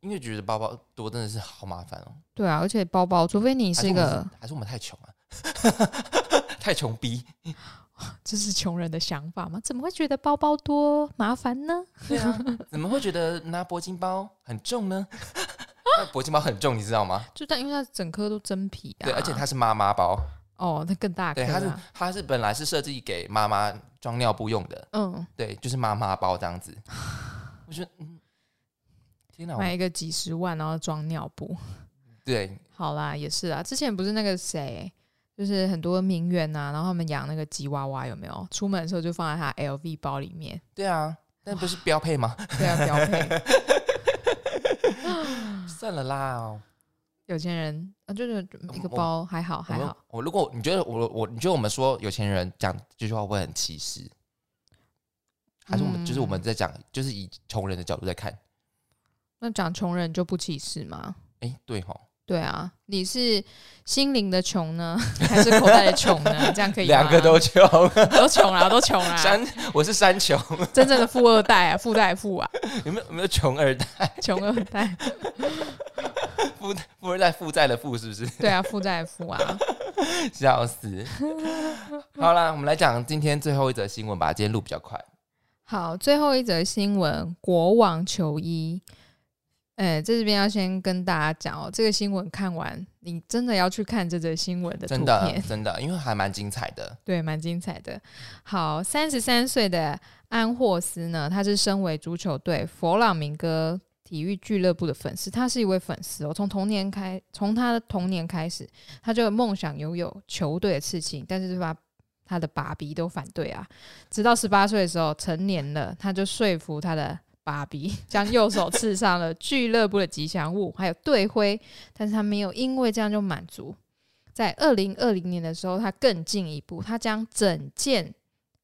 Speaker 1: 因为觉得包包多真的是好麻烦哦。
Speaker 2: 对啊，而且包包，除非你
Speaker 1: 还
Speaker 2: 是一
Speaker 1: 我们
Speaker 2: 个，
Speaker 1: 还是我们太穷啊， 太穷逼。
Speaker 2: 这是穷人的想法吗？怎么会觉得包包多麻烦呢？
Speaker 1: 对啊，怎么会觉得拿铂金包很重呢？ 那铂金包很重，你知道吗？
Speaker 2: 就但因为它整颗都真皮啊，
Speaker 1: 对，而且它是妈妈包，
Speaker 2: 哦，那更大颗、
Speaker 1: 对，它是
Speaker 2: 啊，
Speaker 1: 它是本来是设计给妈妈装尿布用的，
Speaker 2: 嗯，
Speaker 1: 对，就是妈妈包这样子。我觉得，嗯，天哪，我
Speaker 2: 买一个几十万然后装尿布，
Speaker 1: 对，
Speaker 2: 好啦，也是啊。之前不是那个谁，就是很多名媛啊，然后他们养那个吉娃娃，有没有？出门的时候就放在他 LV 包里面，
Speaker 1: 对啊，但不是标配吗？
Speaker 2: 对啊，标配。
Speaker 1: 算了啦、哦，
Speaker 2: 有钱人啊，就是一个
Speaker 1: 我
Speaker 2: 包还好还
Speaker 1: 我们
Speaker 2: 好，
Speaker 1: 我如果你觉得我我你觉得我们说有钱人讲这句话会不会很歧视，还是我们、就是我
Speaker 2: 嗯
Speaker 1: 们在讲就是以穷人的角度在看？
Speaker 2: 那讲穷人就不歧视吗？
Speaker 1: 哎、对吼，
Speaker 2: 对啊，你是心灵的穷呢，还是口袋的穷呢？这样可以吗啊
Speaker 1: 两个都 穷，
Speaker 2: 都穷啦，都穷啦，
Speaker 1: 山我是山穷，
Speaker 2: 真正的富二代啊，富代富啊，
Speaker 1: 有没有有没有穷二代？
Speaker 2: 穷二代，
Speaker 1: 富富二代负债的富是不是？
Speaker 2: 对啊，富代富啊，
Speaker 1: 笑死！好啦，我们来讲今天最后一则新闻吧。今天录比较快，
Speaker 2: 好，最后一则新闻，国王求医。呃，在这边要先跟大家讲哦，这个新闻看完，你真的要去看这则新闻的图
Speaker 1: 真
Speaker 2: 片，
Speaker 1: 的真的，因为还蛮精彩的。
Speaker 2: 对，蛮精彩的。好，三十三岁的安霍斯呢，他是身为足球队佛朗明哥体育俱乐部的粉丝，他是一位粉丝哦。从童年开，从他的童年开始，他就梦想拥有球队的事情，但是把他的爸比都反对啊。直到十八岁的时候，成年了，他就说服他的。爸比 将右手刺上了俱乐部的吉祥物，还有队徽，但是他没有因为这样就满足，在二零二零年的时候，他更进一步，他将整件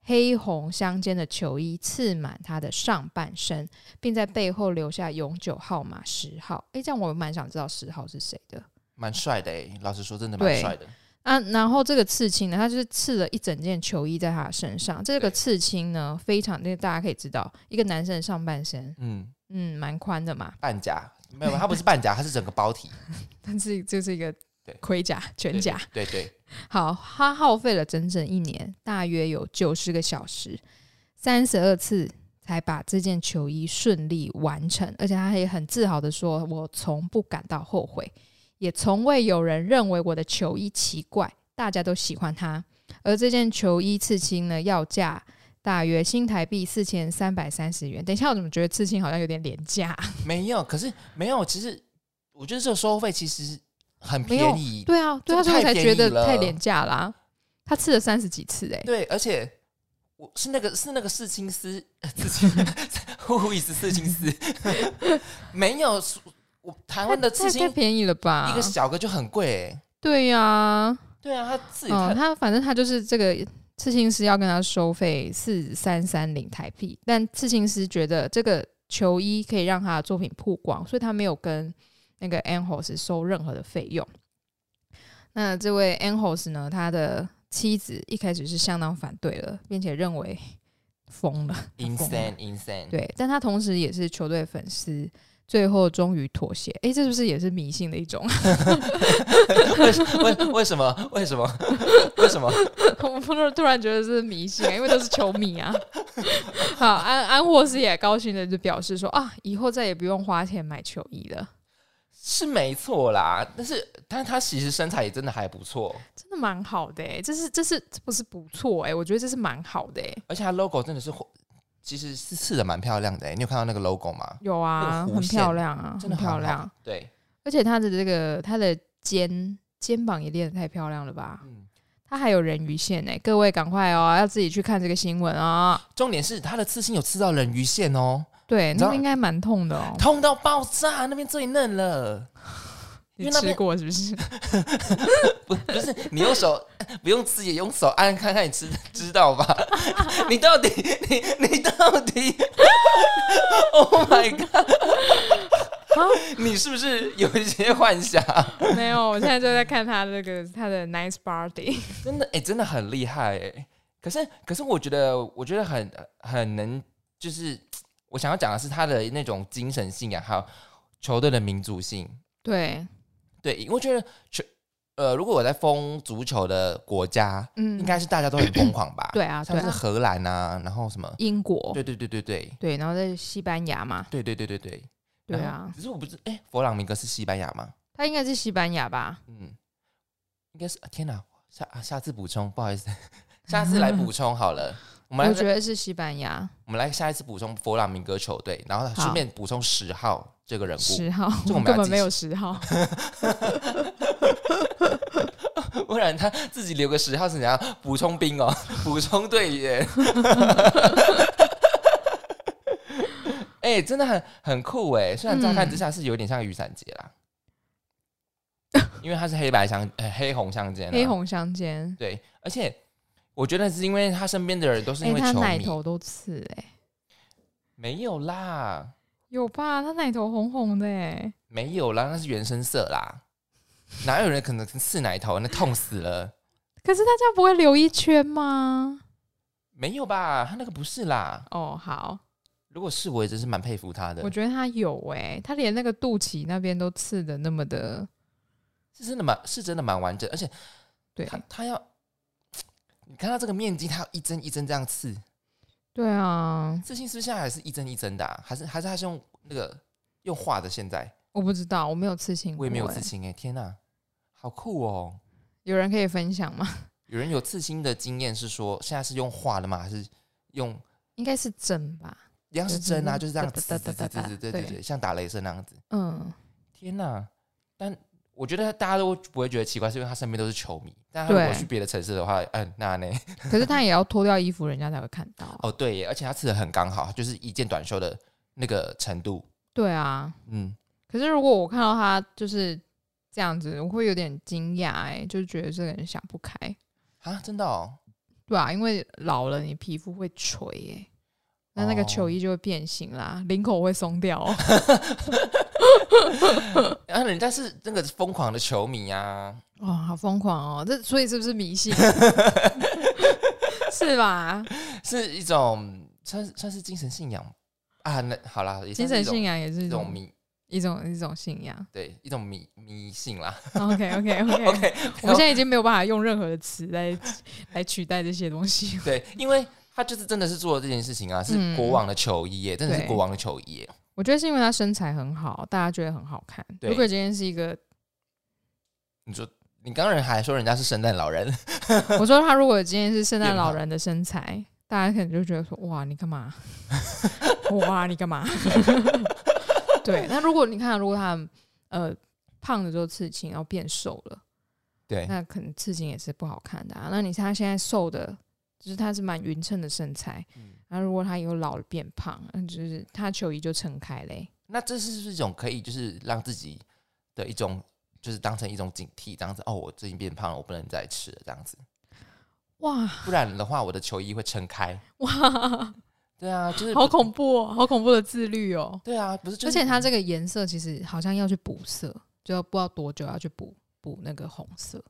Speaker 2: 黑红相间的球衣刺满他的上半身，并在背后留下永久号码十号。诶，这样我蛮想知道十号是谁的。
Speaker 1: 蛮帅的诶、老实说，真的蛮
Speaker 2: 对
Speaker 1: 帅的。
Speaker 2: 啊，然后这个刺青呢，它就是刺了一整件球衣在他的身上。这个
Speaker 1: 对
Speaker 2: 刺青呢，非常，那大家可以知道，一个男生的上半身，
Speaker 1: 嗯，
Speaker 2: 嗯，蛮宽的嘛，
Speaker 1: 半甲没有，他不是半甲，他是整个包 体，
Speaker 2: 但是这是一个
Speaker 1: 对
Speaker 2: 盔甲全甲。
Speaker 1: 对。对对，
Speaker 2: 好，他耗费了整整一年，大约有九十个小时，三十二次才把这件球衣顺利完成，而且他也很自豪的说：“我从不感到后悔，也从未有人认为我的球衣奇怪，大家都喜欢它。”而这件球衣刺青呢，要价。大约新台币四千三百三十元。等一下，我怎么觉得刺青好像有点廉价？
Speaker 1: 没有，可是没有，其实我觉得这个收费其实很
Speaker 2: 没有
Speaker 1: 便宜。
Speaker 2: 对啊，对啊，
Speaker 1: 这
Speaker 2: 所以我
Speaker 1: 太
Speaker 2: 才
Speaker 1: 便
Speaker 2: 觉
Speaker 1: 宜
Speaker 2: 得
Speaker 1: 了
Speaker 2: 太廉价啦、他刺了三十几次、欸，哎，
Speaker 1: 对，而且我是那个是那个刺青师，呃刺青 护理师刺青师，没有我台湾的刺
Speaker 2: 太
Speaker 1: 青
Speaker 2: 便宜了啊吧？
Speaker 1: 一个小个就很贵、欸。
Speaker 2: 对呀、
Speaker 1: 对啊，他自己
Speaker 2: 哦，
Speaker 1: 看、
Speaker 2: 他反正他就是这个刺青师要跟他收费四三三零台币，但刺青师觉得这个球衣可以让他的作品曝光，所以他没有跟那个 Anhos 收任何的费用。那这位 Anhos 呢，他的妻子一开始是相当反对了，并且认为疯了，
Speaker 1: insane insane。
Speaker 2: 对，但他同时也是球队粉丝。最后终于妥协，诶，这是不是也是迷信的一种？
Speaker 1: 为为为什么？为什么？ 为什么？
Speaker 2: 我突然突然觉得这是迷信、啊，因为都是球迷啊。 好，安安沃斯也高兴的就表示说啊，以后再也不用花钱买球衣了，
Speaker 1: 是没错啦，但是但他其实身材也真的还不错，
Speaker 2: 真的蛮好的、欸，这是这是这不是不错哎、我觉得这是蛮好的哎、
Speaker 1: 而且他 logo 真的是其实是刺的蛮漂亮的、欸。你有看到那个 logo 吗？
Speaker 2: 有
Speaker 1: 那
Speaker 2: 啊，
Speaker 1: 个弧
Speaker 2: 很
Speaker 1: 线
Speaker 2: 漂亮啊，
Speaker 1: 真的
Speaker 2: 很漂
Speaker 1: 很好
Speaker 2: 亮，
Speaker 1: 对，
Speaker 2: 而且他的这个他的肩肩膀也练得太漂亮了吧。
Speaker 1: 嗯，
Speaker 2: 他还有人鱼线哎、各位赶快哦，要自己去看这个新闻啊、
Speaker 1: 重点是他的刺青有刺到人鱼线哦，
Speaker 2: 对，
Speaker 1: 你知
Speaker 2: 那
Speaker 1: 道
Speaker 2: 个应该蛮痛的哦。
Speaker 1: 痛到爆炸，那边最嫩了。因
Speaker 2: 你
Speaker 1: 为那边
Speaker 2: 吃过是不是？
Speaker 1: 不不是你用手 不用刺也用手按看看你知知道吧？你到底你你到底 ？Oh my god！你是不是有一些幻想？
Speaker 2: 没有，我现在就在看他这个他的 nice body。
Speaker 1: 真的哎、真的很厉害哎、可是可是我觉得我觉得很很能，就是啊我想要讲的是他的那种精神信仰，还有球队的民主性。
Speaker 2: 对，
Speaker 1: 对，因为我觉得球，呃，如果我在封足球的国家，
Speaker 2: 嗯，
Speaker 1: 应该是大家都很疯狂吧？、
Speaker 2: 对啊，对
Speaker 1: 像是
Speaker 2: 啊，
Speaker 1: 荷兰啊，然后什么？
Speaker 2: 英国
Speaker 1: 对对对对对
Speaker 2: 对，然后在西班牙嘛，
Speaker 1: 对对对对对。
Speaker 2: 对
Speaker 1: 然后
Speaker 2: 啊，
Speaker 1: 只是我不知，哎、佛朗明哥是西班牙吗？
Speaker 2: 他应该是西班牙吧？
Speaker 1: 嗯，应该是。天哪，下啊下次补充，不好意思，下次来 补充好了。我们
Speaker 2: 我
Speaker 1: 来
Speaker 2: 觉得是西班牙
Speaker 1: 我们来下一次补充佛朗明哥球队，然后
Speaker 2: 好
Speaker 1: 顺便补充十号这个人物，
Speaker 2: 十号，
Speaker 1: 这个我们要
Speaker 2: 根本
Speaker 1: 记
Speaker 2: 没有十号，
Speaker 1: 不然他自己留个十号是怎样补充兵哦， 补充队员。 哎、真的很很酷哎！虽然乍看之下是有点像雨伞节啦，因为它是黑白相、呃黑红相间、啊，
Speaker 2: 嗯 黑红相间，
Speaker 1: 对，而且我觉得是因为他身边的人都是
Speaker 2: 哎、
Speaker 1: 因为
Speaker 2: 他
Speaker 1: 球
Speaker 2: 奶
Speaker 1: 迷，
Speaker 2: 头都刺哎、
Speaker 1: 没有啦，
Speaker 2: 有吧？他奶头红红的哎、
Speaker 1: 没有啦，那是原生色啦，哪有人可能刺奶头？那痛死了，
Speaker 2: 可是他这样不会留一圈吗？
Speaker 1: 没有吧？他那个不是啦，
Speaker 2: 哦，好，
Speaker 1: 如果是我也真是蛮佩服他的
Speaker 2: 我，觉得他有哎、他连那个肚脐那边都刺的那么的，
Speaker 1: 是真的蛮是真的蛮完整，而且
Speaker 2: 对
Speaker 1: 他他要。你看到这个面筋，它要一针一针这样刺，
Speaker 2: 对啊，
Speaker 1: 刺青是不是现在还是一针一针的、啊？还是还是它是用那个用画的？现在
Speaker 2: 我不知道，我没有刺青、欸，
Speaker 1: 我也没有刺，青哎、天哪、好酷哦！
Speaker 2: 有人可以分享吗？
Speaker 1: 有人有刺青的经验是说，现在是用画的吗？还是用
Speaker 2: 应该是针吧，
Speaker 1: 一样是针啊？就是这样
Speaker 2: 哒
Speaker 1: 子，
Speaker 2: 哒
Speaker 1: 对对
Speaker 2: 哒哒
Speaker 1: 对
Speaker 2: 哒
Speaker 1: 对对对
Speaker 2: 对
Speaker 1: 对，像打雷声那样子。
Speaker 2: 嗯，
Speaker 1: 天哪！但我觉得大家都不会觉得奇怪，是因为他身边都是球迷。但他如果
Speaker 2: 对
Speaker 1: 去别的城市的话，嗯，那呢？
Speaker 2: 可是他也要脱掉衣服，人家才会看到啊、
Speaker 1: 哦，对耶，而且他刺的很刚好，就是一件短袖的那个程度。
Speaker 2: 对啊，
Speaker 1: 嗯，
Speaker 2: 可是如果我看到他就是这样子，我会有点惊讶哎，就觉得这个人想不开，
Speaker 1: 啊，真的哦。
Speaker 2: 对啊，因为老了你皮肤会垂哎、那那个
Speaker 1: 哦
Speaker 2: 球衣就会变形啦，领口会松掉 哦、
Speaker 1: 然啊后人家是那个疯狂的球迷啊，
Speaker 2: 哇，好疯狂哦！这所以是不是迷信？啊 是吧？
Speaker 1: 是一种算算是精神信仰啊。那好啦，也
Speaker 2: 精
Speaker 1: 算是
Speaker 2: 神
Speaker 1: 一种
Speaker 2: 信仰也是
Speaker 1: 一
Speaker 2: 一
Speaker 1: 种
Speaker 2: 种
Speaker 1: 迷，
Speaker 2: 一种一种信仰。
Speaker 1: 对，一种迷迷信啦。
Speaker 2: OK OK OK，,
Speaker 1: OK，
Speaker 2: 我们现在已经没有办法用任何的词来 来取代这些东西。
Speaker 1: 对，因为他就是真的是做了这件事情啊，
Speaker 2: 嗯
Speaker 1: 是国王的球衣耶，真的是
Speaker 2: 对
Speaker 1: 国王的球衣耶。
Speaker 2: 我觉得是因为他身材很好，大家觉得很好看。
Speaker 1: 对
Speaker 2: 如果今天是一个，
Speaker 1: 你说你刚人还说人家是圣诞老人，
Speaker 2: 我说他如果今天是圣诞
Speaker 1: 变胖
Speaker 2: 老人的身材，大家可能就觉得说：哇，你干嘛？ 哇，你干嘛？ 对。那如果你看，如果他呃胖了之后刺青，然后变瘦了。
Speaker 1: 对，
Speaker 2: 那可能刺青也是不好看的、啊。那你看他现在瘦的，就是他是蛮匀称的身材，
Speaker 1: 嗯
Speaker 2: 然后如果他以后老了变胖，嗯，就是他球衣就撑开嘞、
Speaker 1: 那这是不是一种可以就是让自己的一种就是当成一种警惕，这样子哦，我最近变胖了，我不能再吃了这样子，
Speaker 2: 哇
Speaker 1: 不然的话我的球衣会撑开。
Speaker 2: 哇，
Speaker 1: 对啊，就是
Speaker 2: 好恐怖哦，好恐怖的自律哦！
Speaker 1: 对啊，不是，就
Speaker 2: 而
Speaker 1: 是
Speaker 2: 且它这个颜色其实好像要去补色，就要不知道多久要去补补那个红色。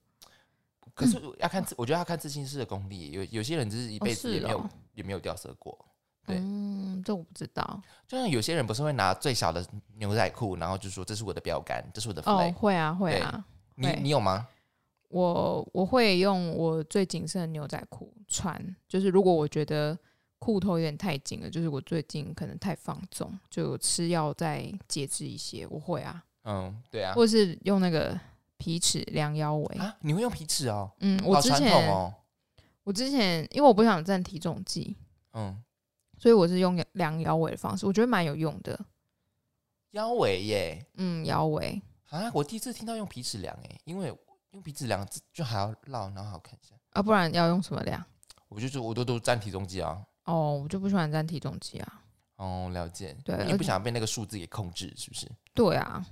Speaker 1: 可是要看自，我觉得要看自信师的功力，有有些人就是一
Speaker 2: 嗯哦
Speaker 1: 辈子
Speaker 2: 是
Speaker 1: 也没有、
Speaker 2: 哦
Speaker 1: 也没有掉色过。对
Speaker 2: 嗯，这我不知道
Speaker 1: 就像有些人不是会拿最小的牛仔裤，然后就说这是我的标杆，这是我的 flag、
Speaker 2: 哦，会啊会啊，
Speaker 1: 你
Speaker 2: 会
Speaker 1: 你有吗？
Speaker 2: 我我会用我最紧身的牛仔裤穿，就是如果我觉得裤头有点太紧了，就是我最近可能太放纵，就有吃药再节制一些，我会啊，
Speaker 1: 嗯，对啊。
Speaker 2: 或是用那个皮尺量腰围。
Speaker 1: 啊，你会用皮尺哦，
Speaker 2: 嗯，我
Speaker 1: 好
Speaker 2: 之
Speaker 1: 传统
Speaker 2: 前、
Speaker 1: 哦。
Speaker 2: 我之前因为我不想站体重计，
Speaker 1: 嗯，
Speaker 2: 所以我是用量腰围的方式，我觉得蛮有用的。
Speaker 1: 腰围耶
Speaker 2: 嗯，腰围
Speaker 1: 啊，我第一次听到用皮尺量哎，因为用皮尺量就还要绕，然后还要看一下。
Speaker 2: 啊，不然要用什么量？
Speaker 1: 我就是我都都站体重机啊。
Speaker 2: 哦，我就不喜欢站体重计啊。
Speaker 1: 哦，了解。
Speaker 2: 对
Speaker 1: 你
Speaker 2: 而
Speaker 1: 不
Speaker 2: 且
Speaker 1: 想被那个数字给控制，是不是
Speaker 2: 对啊，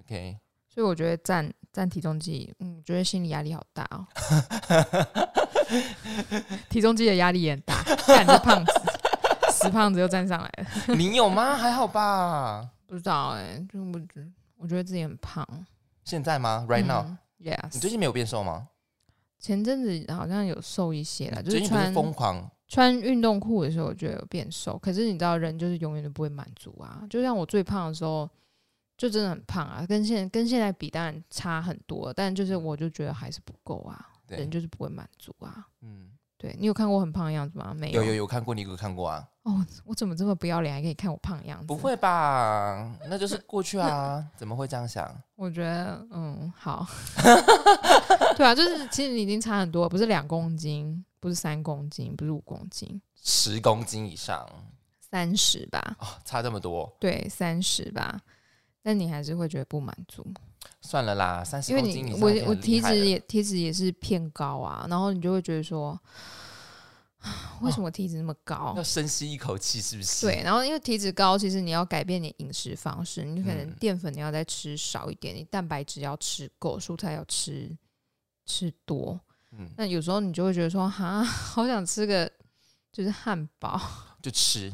Speaker 1: ？OK，
Speaker 2: 所以我觉得站站体重机，嗯，我觉得心理压力好大哦。 体重机的压力也很大，看这胖子，死胖子又站上来了。
Speaker 1: 你有吗？ 还好吧。
Speaker 2: 不知道哎、就我觉得我觉得自己很胖。
Speaker 1: 现在吗？Right now，、
Speaker 2: 嗯
Speaker 1: 你最
Speaker 2: ，yes。
Speaker 1: 近没有变瘦吗？
Speaker 2: 前阵子好像有瘦一些啊了，
Speaker 1: 嗯
Speaker 2: 就
Speaker 1: 最
Speaker 2: 是
Speaker 1: 近不是
Speaker 2: 穿
Speaker 1: 疯狂
Speaker 2: 穿运动裤的时候，我觉得有变瘦。可是你知道，人就是永远都不会满足啊。就像我最胖的时候，就真的很胖啊，跟现跟现在比当然差很多，但就是我就觉得还是不够啊，
Speaker 1: 嗯对
Speaker 2: 人就是不会满足啊。
Speaker 1: 嗯，
Speaker 2: 对你有看过很胖的样子吗？没
Speaker 1: 有有有看过，你有看过啊？
Speaker 2: 哦，我怎么这么不要脸，还可以看我胖的样子？
Speaker 1: 不，会吧？那就是过去啊，怎么会这样想？
Speaker 2: 我觉得 嗯好，对啊，就是其实你已经差很多了，不是两公斤，不是三公斤，不是五公斤，
Speaker 1: 十公斤以上
Speaker 2: 三十吧，
Speaker 1: 哦，差这么多，
Speaker 2: 对，三十吧，但你还是会觉得不满足。
Speaker 1: 算了啦，三十
Speaker 2: 因为
Speaker 1: 公斤
Speaker 2: 你
Speaker 1: 以上
Speaker 2: 我
Speaker 1: 哦已经
Speaker 2: 我
Speaker 1: 很
Speaker 2: 体
Speaker 1: 厉害
Speaker 2: 脂
Speaker 1: 了
Speaker 2: 也体脂也是偏高啊，然后你就会觉得说，为什么体脂那么高？
Speaker 1: 哦要深吸一口气，是不是？
Speaker 2: 对，，然后因为体脂高，其实你要改变你饮食方式，你可能
Speaker 1: 嗯
Speaker 2: 淀粉你要再吃少一点，你蛋白质要吃够，蔬菜要吃吃多。
Speaker 1: 嗯，
Speaker 2: 那有时候你就会觉得说，哈， 好想吃个就是汉堡，
Speaker 1: 就吃，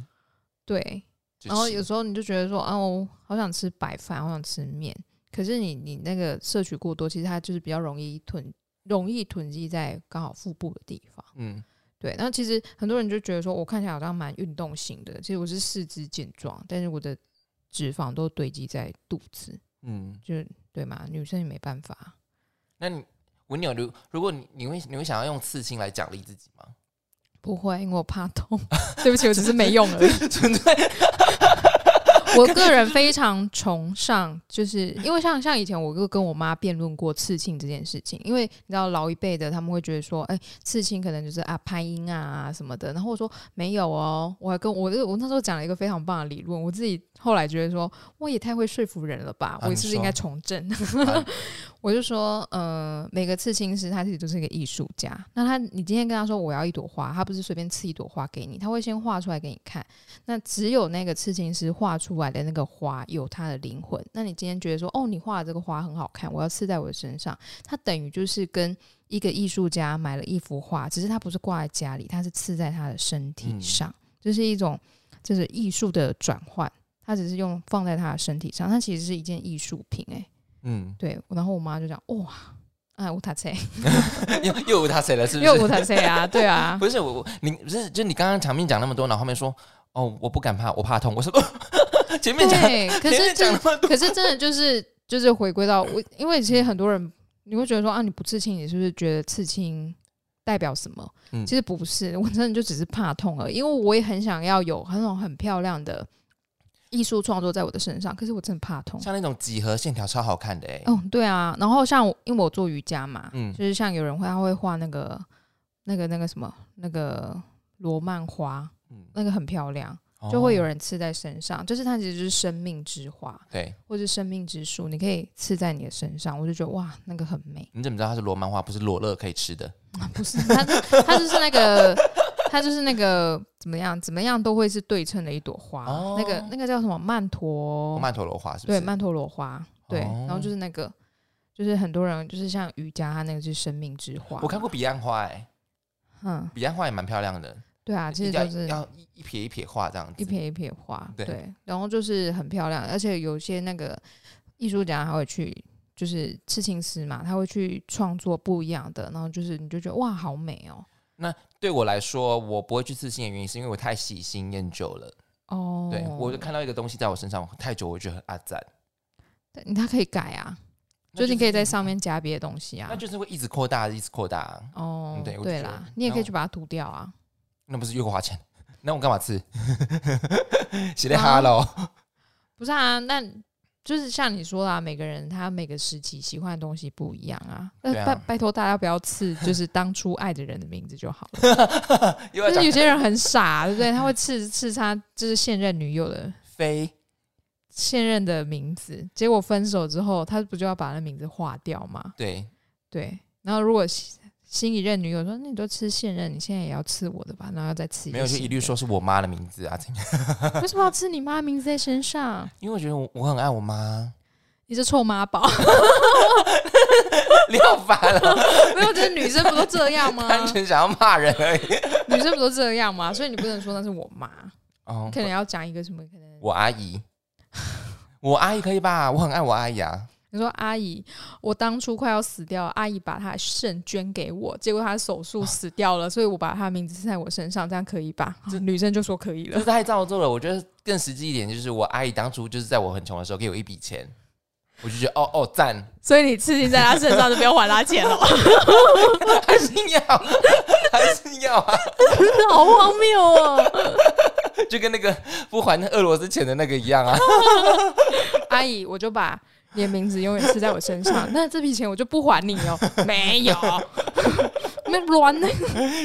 Speaker 2: 对，
Speaker 1: 就
Speaker 2: 然后
Speaker 1: 吃
Speaker 2: 有时候你就觉得说，哦，我好想吃白饭，好想吃面。可是你你那个摄取过多，其实它就是比较容易囤，容易囤积在刚好腹部的地方。
Speaker 1: 嗯，
Speaker 2: 对，那其实很多人就觉得说，我看起来好像蛮运动型的，其实我是四肢健壮，但是我的脂肪都堆积在肚子，
Speaker 1: 嗯，
Speaker 2: 就是对嘛？女生也没办法，
Speaker 1: 那你文鸟，如如果你你会你会想要用刺青来奖励自己吗？
Speaker 2: 不会，因为我怕痛。 对不起，我只是没用而已。
Speaker 1: 纯粹
Speaker 2: 我个人非常崇尚，就是因为像像以前我就跟我妈辩论过刺青这件事情，因为你知道老一辈的他们会觉得说，哎、刺青可能就是啊拍音啊什么的，然后我说没有哦，我还 跟我我那时候讲了一个非常棒的理论，我自己后来觉得说，我也太会说服人了吧，
Speaker 1: 啊
Speaker 2: 我是不
Speaker 1: 你
Speaker 2: 是
Speaker 1: 说
Speaker 2: 应该从政？
Speaker 1: 啊
Speaker 2: 我就说，呃，每个刺青师他自己都是一个艺术家。那他，你今天跟他说我要一朵花，他不是随便刺一朵花给你，他会先画出来给你看。那只有那个刺青师画出来的那个花有它的灵魂。那你今天觉得说，哦，你画的这个花很好看，我要刺在我的身上，它等于就是跟一个艺术家买了一幅画，只是他不是挂在家里，他是刺在他的身体
Speaker 1: 嗯
Speaker 2: 上，这、是一种就是艺术的转换。他只是用放在他的身体上，它其实是一件艺术品、欸，
Speaker 1: 嗯，
Speaker 2: 对，然后我妈就讲哇，哎，我塔车，
Speaker 1: 又又有他谁了？是
Speaker 2: 因
Speaker 1: 不是
Speaker 2: 为？我塔车啊，对啊，
Speaker 1: 不是我，我你不是就你刚刚前面讲那么多，然后后面说哦，我不敢怕，我怕痛。我说 前面讲，
Speaker 2: 对， 可
Speaker 1: 前
Speaker 2: 是
Speaker 1: 面讲
Speaker 2: 真
Speaker 1: 那么多，
Speaker 2: 可是真的就是就是回归到我，因为其实很多人你会觉得说啊，你不刺青，你是不是觉得刺青代表什么？
Speaker 1: 嗯
Speaker 2: 其实不是，我真的就只是怕痛而已，因为我也很想要有那种很漂亮的艺术创作在我的身上，可是我真的怕痛。
Speaker 1: 像那种几何线条超好看的哎、
Speaker 2: 哦，对啊，然后像我，因为我做瑜伽嘛，
Speaker 1: 嗯
Speaker 2: 就是像有人会他会画那个那个那个什么那个罗曼花，
Speaker 1: 嗯，哦
Speaker 2: 那个很漂亮，就会有
Speaker 1: 人
Speaker 2: 人刺在身上，就是它其实就是生命之花
Speaker 1: 哦对，
Speaker 2: 或是生命之树，你可以刺在你的身上，我就觉得哇，那个很美。
Speaker 1: 你怎么知道它是罗曼花，不是罗勒可以吃的？
Speaker 2: 啊、不是，它就它就是那个，它就是那个怎么样，怎么样都会是对称的一朵花，
Speaker 1: 哦
Speaker 2: 那个那个叫什么曼陀，
Speaker 1: 曼陀罗花是不
Speaker 2: 对
Speaker 1: 是？
Speaker 2: 曼陀罗花，对，
Speaker 1: 哦
Speaker 2: 然后就是那个。就是很多人，就是像瑜伽，它那个是生命之花。
Speaker 1: 我看过，彼岸花哎、
Speaker 2: 嗯，
Speaker 1: 彼岸花也蛮漂亮的，
Speaker 2: 对啊，其实
Speaker 1: 要
Speaker 2: 就是
Speaker 1: 要一一撇一撇画这样子，
Speaker 2: 一撇一撇花，
Speaker 1: 对
Speaker 2: 对，然后就是很漂亮，而且有些那个艺术家还会去，就是刺青师嘛，他会去创作不一样的，然后就是你就觉得哇，好美哦，
Speaker 1: 对我来说，我不会去刺青的原因是因为我太喜新厌旧了。
Speaker 2: 哦，
Speaker 1: 对我就看到一个东西在我身上太久，我就觉得很阿赞。
Speaker 2: 但他可以改啊，
Speaker 1: 那
Speaker 2: 就是你可以在
Speaker 1: 是，
Speaker 2: 上面加别的东西啊
Speaker 1: 那，就是会一直扩大，一直扩大，
Speaker 2: 哦
Speaker 1: 嗯，对我就
Speaker 2: 对
Speaker 1: 觉得
Speaker 2: 啦，你也可以
Speaker 1: 然后
Speaker 2: 去把它涂掉啊，
Speaker 1: 那不是越花钱？ 那我干嘛吃？ 写在哈
Speaker 2: 啊
Speaker 1: 喽，
Speaker 2: 不是啊，那。就是像你说啦，每个人他每个时期喜欢的东西不一样啊。那
Speaker 1: 对啊
Speaker 2: 拜拜托大家不要刺，就是当初爱的人的名字就好了。
Speaker 1: 又要
Speaker 2: 就
Speaker 1: 讲
Speaker 2: 是有些人很傻，啊对不对？他会刺刺他就是现任女友的
Speaker 1: 飞，
Speaker 2: 现任的名字，结果分手之后，他不就要把那名字划掉吗？
Speaker 1: 对，
Speaker 2: 对。然后如果新新一任女友说：“那你都吃现任，你现在也要吃我的吧？”然后要再吃一
Speaker 1: 没
Speaker 2: 个
Speaker 1: 有就
Speaker 2: 新
Speaker 1: 一律
Speaker 2: 的
Speaker 1: 说是我妈的名字啊，怎样
Speaker 2: 为什么要吃你妈的名字在身上？
Speaker 1: 因为我觉得我我很爱我妈，
Speaker 2: 你这臭妈宝！
Speaker 1: 你好烦了，
Speaker 2: 没有，就是女生不都这样 吗？
Speaker 1: 单纯想要骂人而已。
Speaker 2: 女生不都这样吗？ 所以你不能说那是我妈，
Speaker 1: 哦
Speaker 2: 可，能要讲一个什么可能。
Speaker 1: 我阿姨，我阿姨可以吧？我很爱我阿姨啊，
Speaker 2: 你说阿姨，我当初快要死掉，阿姨把她的肾捐给我，结果她手术死掉了，所以我把她的名字刺在我身上，这样可以吧？
Speaker 1: 这
Speaker 2: 女生就说可以
Speaker 1: 这
Speaker 2: 了。
Speaker 1: 太造作了。我觉得更实际一点，就是我阿姨当初就是在我很穷的时候给我一笔钱，我就觉得哦哦赞，
Speaker 2: 所以你刺青在她身上就不用还她钱了，
Speaker 1: 还是要，还是要啊，
Speaker 2: 好荒谬哦！
Speaker 1: 就跟那个不还俄罗斯钱的那个一样啊。
Speaker 2: 阿姨，我就把你的名字永远刺在我身 上，那这笔钱我就不还你哦。没 有，那乱呢，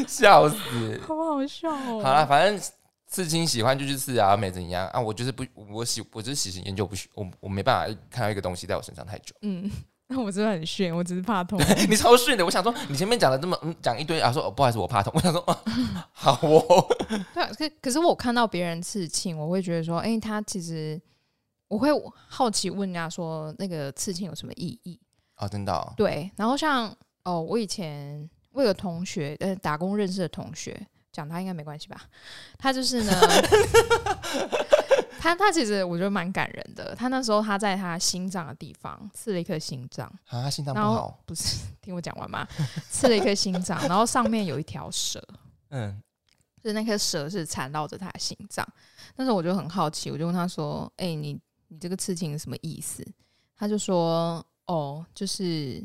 Speaker 1: 笑死！
Speaker 2: 好好笑哦。
Speaker 1: 好啦，反正刺青喜欢就去刺啊，没怎样啊。我就是不，我喜，我就是喜新厌旧，不喜，我我没办法看到一个东西在我身上太久。
Speaker 2: 嗯，那我真的很炫，我只是怕 痛。
Speaker 1: 你超顺的，我想说你前面讲了这么嗯讲一堆啊，说哦不好意思我怕痛， 我想说、哦、好哦，
Speaker 2: 对啊，可可是我看到别人刺青，我会觉得说，哎、他其实我会好奇问人家说，那个刺青有什么意义？
Speaker 1: 哦真的、哦，
Speaker 2: 对，然后像哦，我以前我有个同学，呃，打工认识的同学，讲他应该没关系吧？他就是呢，他他其实我觉得蛮感人的。他那时候他在他心脏的地方刺了一颗心脏，
Speaker 1: 啊心脏不
Speaker 2: 然后
Speaker 1: 好，
Speaker 2: 不是听我讲完吗？刺了一颗心脏，然后上面有一条蛇。
Speaker 1: 嗯，
Speaker 2: 就是那颗蛇是缠绕着他的心脏。那时候我就很好奇，我就问他说：“哎、你你这个刺青是什么意思？”他就说：“哦，就是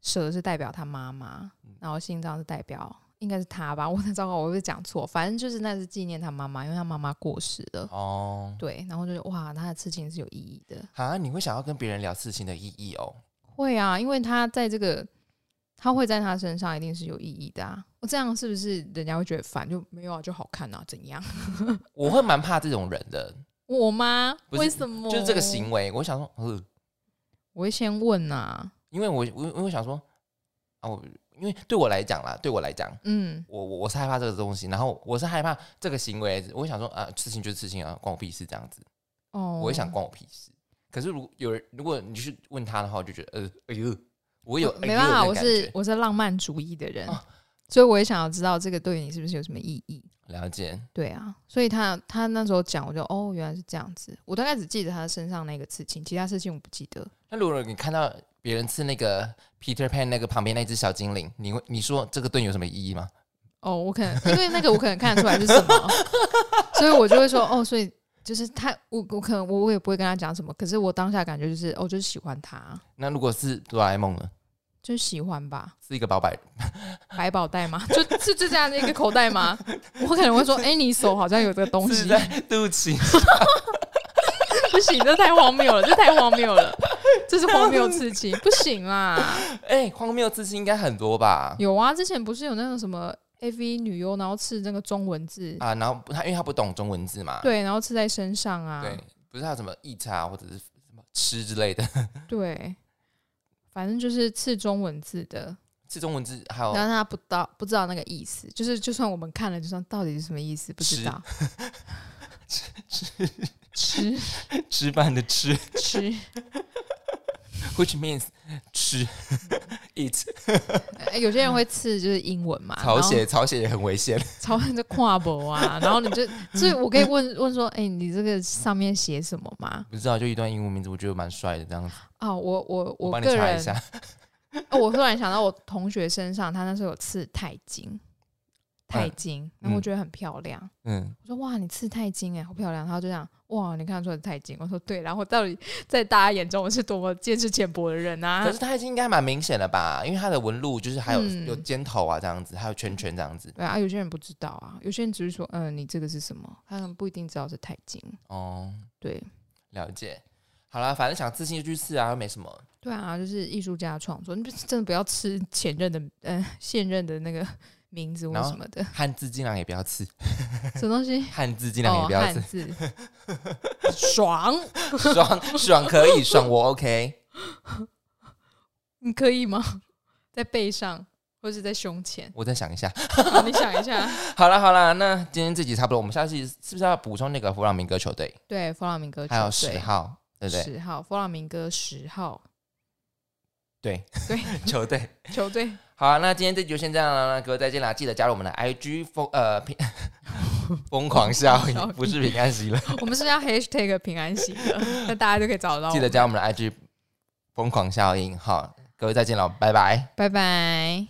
Speaker 2: 蛇是代表他妈妈，然后心脏是代表应该是他吧？我很 糟糕，我会不会讲错？反正就是那是纪念他妈妈，因为他妈妈过世了。
Speaker 1: 哦，
Speaker 2: 对，然后就是哇，他的刺青是有意义的。
Speaker 1: 啊你会想要跟别人聊刺青的意义哦，
Speaker 2: 会啊，因为他在这个，他会在他身上一定是有意义的啊。我这样是不是人家会觉得烦？就没有啊，就好看啊，怎样？”
Speaker 1: 我会蛮怕这种人的，
Speaker 2: 我吗？
Speaker 1: 不是
Speaker 2: 为什么？
Speaker 1: 就是这个，行为，我想说，呃，
Speaker 2: 我会先问啊呐、
Speaker 1: 因为我我因为我想说啊我因为对我来讲啦，对我来讲。
Speaker 2: 嗯，
Speaker 1: 我我我是害怕这个东西，然后我是害怕这个行为，我想说啊，刺青就是刺青啊，关我屁事这样子，
Speaker 2: 哦，
Speaker 1: 我也想关我屁事。可是如果有人，如果你去问他的话，我就觉得呃，哎呦，我有、
Speaker 2: 我
Speaker 1: 哎呦
Speaker 2: 没办法，
Speaker 1: 的
Speaker 2: 我
Speaker 1: 感
Speaker 2: 是
Speaker 1: 觉
Speaker 2: 我是浪漫主义的人，
Speaker 1: 啊
Speaker 2: 所以我也想要知道这个对你是不是有什么意义。
Speaker 1: 了解，
Speaker 2: 对啊，所以他他那时候讲，我就哦，原来是这样子。我大概只记得他身上那个刺青，其他事情我不记得。
Speaker 1: 那如果你看到别人吃那个 Peter Pan 那个旁边那只小精灵，你会你说这个对你有什么意义吗？
Speaker 2: 哦，我 可能因为那个我可能看得出来是什么，所以我就会说哦，所以就是他，我我可能我我也不会跟他讲什么，可是我当下感觉就是哦，就是喜欢他，
Speaker 1: 那如果是哆啦 A 梦呢？
Speaker 2: 就是喜欢吧。
Speaker 1: 是一个老板，
Speaker 2: 百宝袋吗？ 就就就这样的一个口袋吗？我可能会说，哎、你手好像有这个东
Speaker 1: 是
Speaker 2: 西，
Speaker 1: 在肚脐，
Speaker 2: 不行，这太荒谬了，这太荒谬了，这是荒谬刺激，不行啦。
Speaker 1: 哎、荒谬刺青应该很多吧？
Speaker 2: 有啊，之前不是有那种什么 AV 女优，然后刺那个中文字，
Speaker 1: 啊，然后他因为他不懂中文字嘛，
Speaker 2: 对，然后刺在身上啊，
Speaker 1: 对，不是还有什么异差或者是什么吃之类的，
Speaker 2: 对反正就是刺中文字的，
Speaker 1: 是中文字还有
Speaker 2: 然后他不知道不知道那个意思，就是就算我们看了，就算到底是什么意思，不知
Speaker 1: 吃
Speaker 2: 道。吃
Speaker 1: 吃饭的吃
Speaker 2: 吃，
Speaker 1: ，which means 吃 eat
Speaker 2: 哎有些人会刺就是英文嘛，
Speaker 1: 草
Speaker 2: 然后
Speaker 1: 写草写也很危险，
Speaker 2: 超人在跨 博啊，然后你就，所以我可以问问说，哎、你这个上面写什么吗？
Speaker 1: 不知道就一段英文名字，我觉得蛮帅的这样子，
Speaker 2: 啊，我我
Speaker 1: 我帮你
Speaker 2: 个
Speaker 1: 查一
Speaker 2: 人、
Speaker 1: 下。
Speaker 2: 哦我突然想到我同学身上，他那时候有刺钛金，钛金，然后我觉得很漂亮。
Speaker 1: 嗯，
Speaker 2: 我说哇，你刺钛金哎、好漂亮！他就讲哇，你看得出来是钛金。我说对，然后我到底在大家眼中我是多么见识浅薄的人啊
Speaker 1: 可是！他已经应该蛮明显了吧？因为他的纹路就是还有
Speaker 2: 嗯
Speaker 1: 有尖头啊这样子，还有圈圈这样子。
Speaker 2: 对啊，有些人不知道啊，有些人只是说，嗯、你这个是什么？他们不一定知道是钛金。
Speaker 1: 哦，
Speaker 2: 对，
Speaker 1: 了解。好啦，反正想自信就去试啊，又没什么。
Speaker 2: 对啊，就是艺术家的创作，你不真的不要吃前任的，呃，现任的那个 名字或
Speaker 1: 然后
Speaker 2: 什么的，
Speaker 1: 汉字尽量也不要 吃，
Speaker 2: 什么 东西？
Speaker 1: 汉字尽量也
Speaker 2: 哦，
Speaker 1: 不要
Speaker 2: 汉
Speaker 1: 吃。
Speaker 2: 字，爽，哦
Speaker 1: 爽爽可以，爽我 OK。
Speaker 2: 你可以吗？在背上或是在胸前？
Speaker 1: 我再想一下。
Speaker 2: 好你想一下，
Speaker 1: 好了好了，那今天这集差不多，我们下期是不是要补充那个弗朗明哥球队，
Speaker 2: 对，弗朗明哥
Speaker 1: 还有
Speaker 2: 球
Speaker 1: 十
Speaker 2: 队
Speaker 1: 号，对不对？
Speaker 2: 十号，弗朗明哥十号，
Speaker 1: 对
Speaker 2: 对，
Speaker 1: 球队。
Speaker 2: 球队
Speaker 1: 好、啊，那今天这集就先这样了，那各位再见啦！记得加入我们的 IG 疯呃平 疯狂效 应，不是平安喜乐，
Speaker 2: 我们是不是要 hashtag 平安喜乐，那大家就可以找得到我
Speaker 1: 记得
Speaker 2: 们。
Speaker 1: 加我们的 IG 疯狂效应。好，各位再见了，拜拜。
Speaker 2: 拜拜。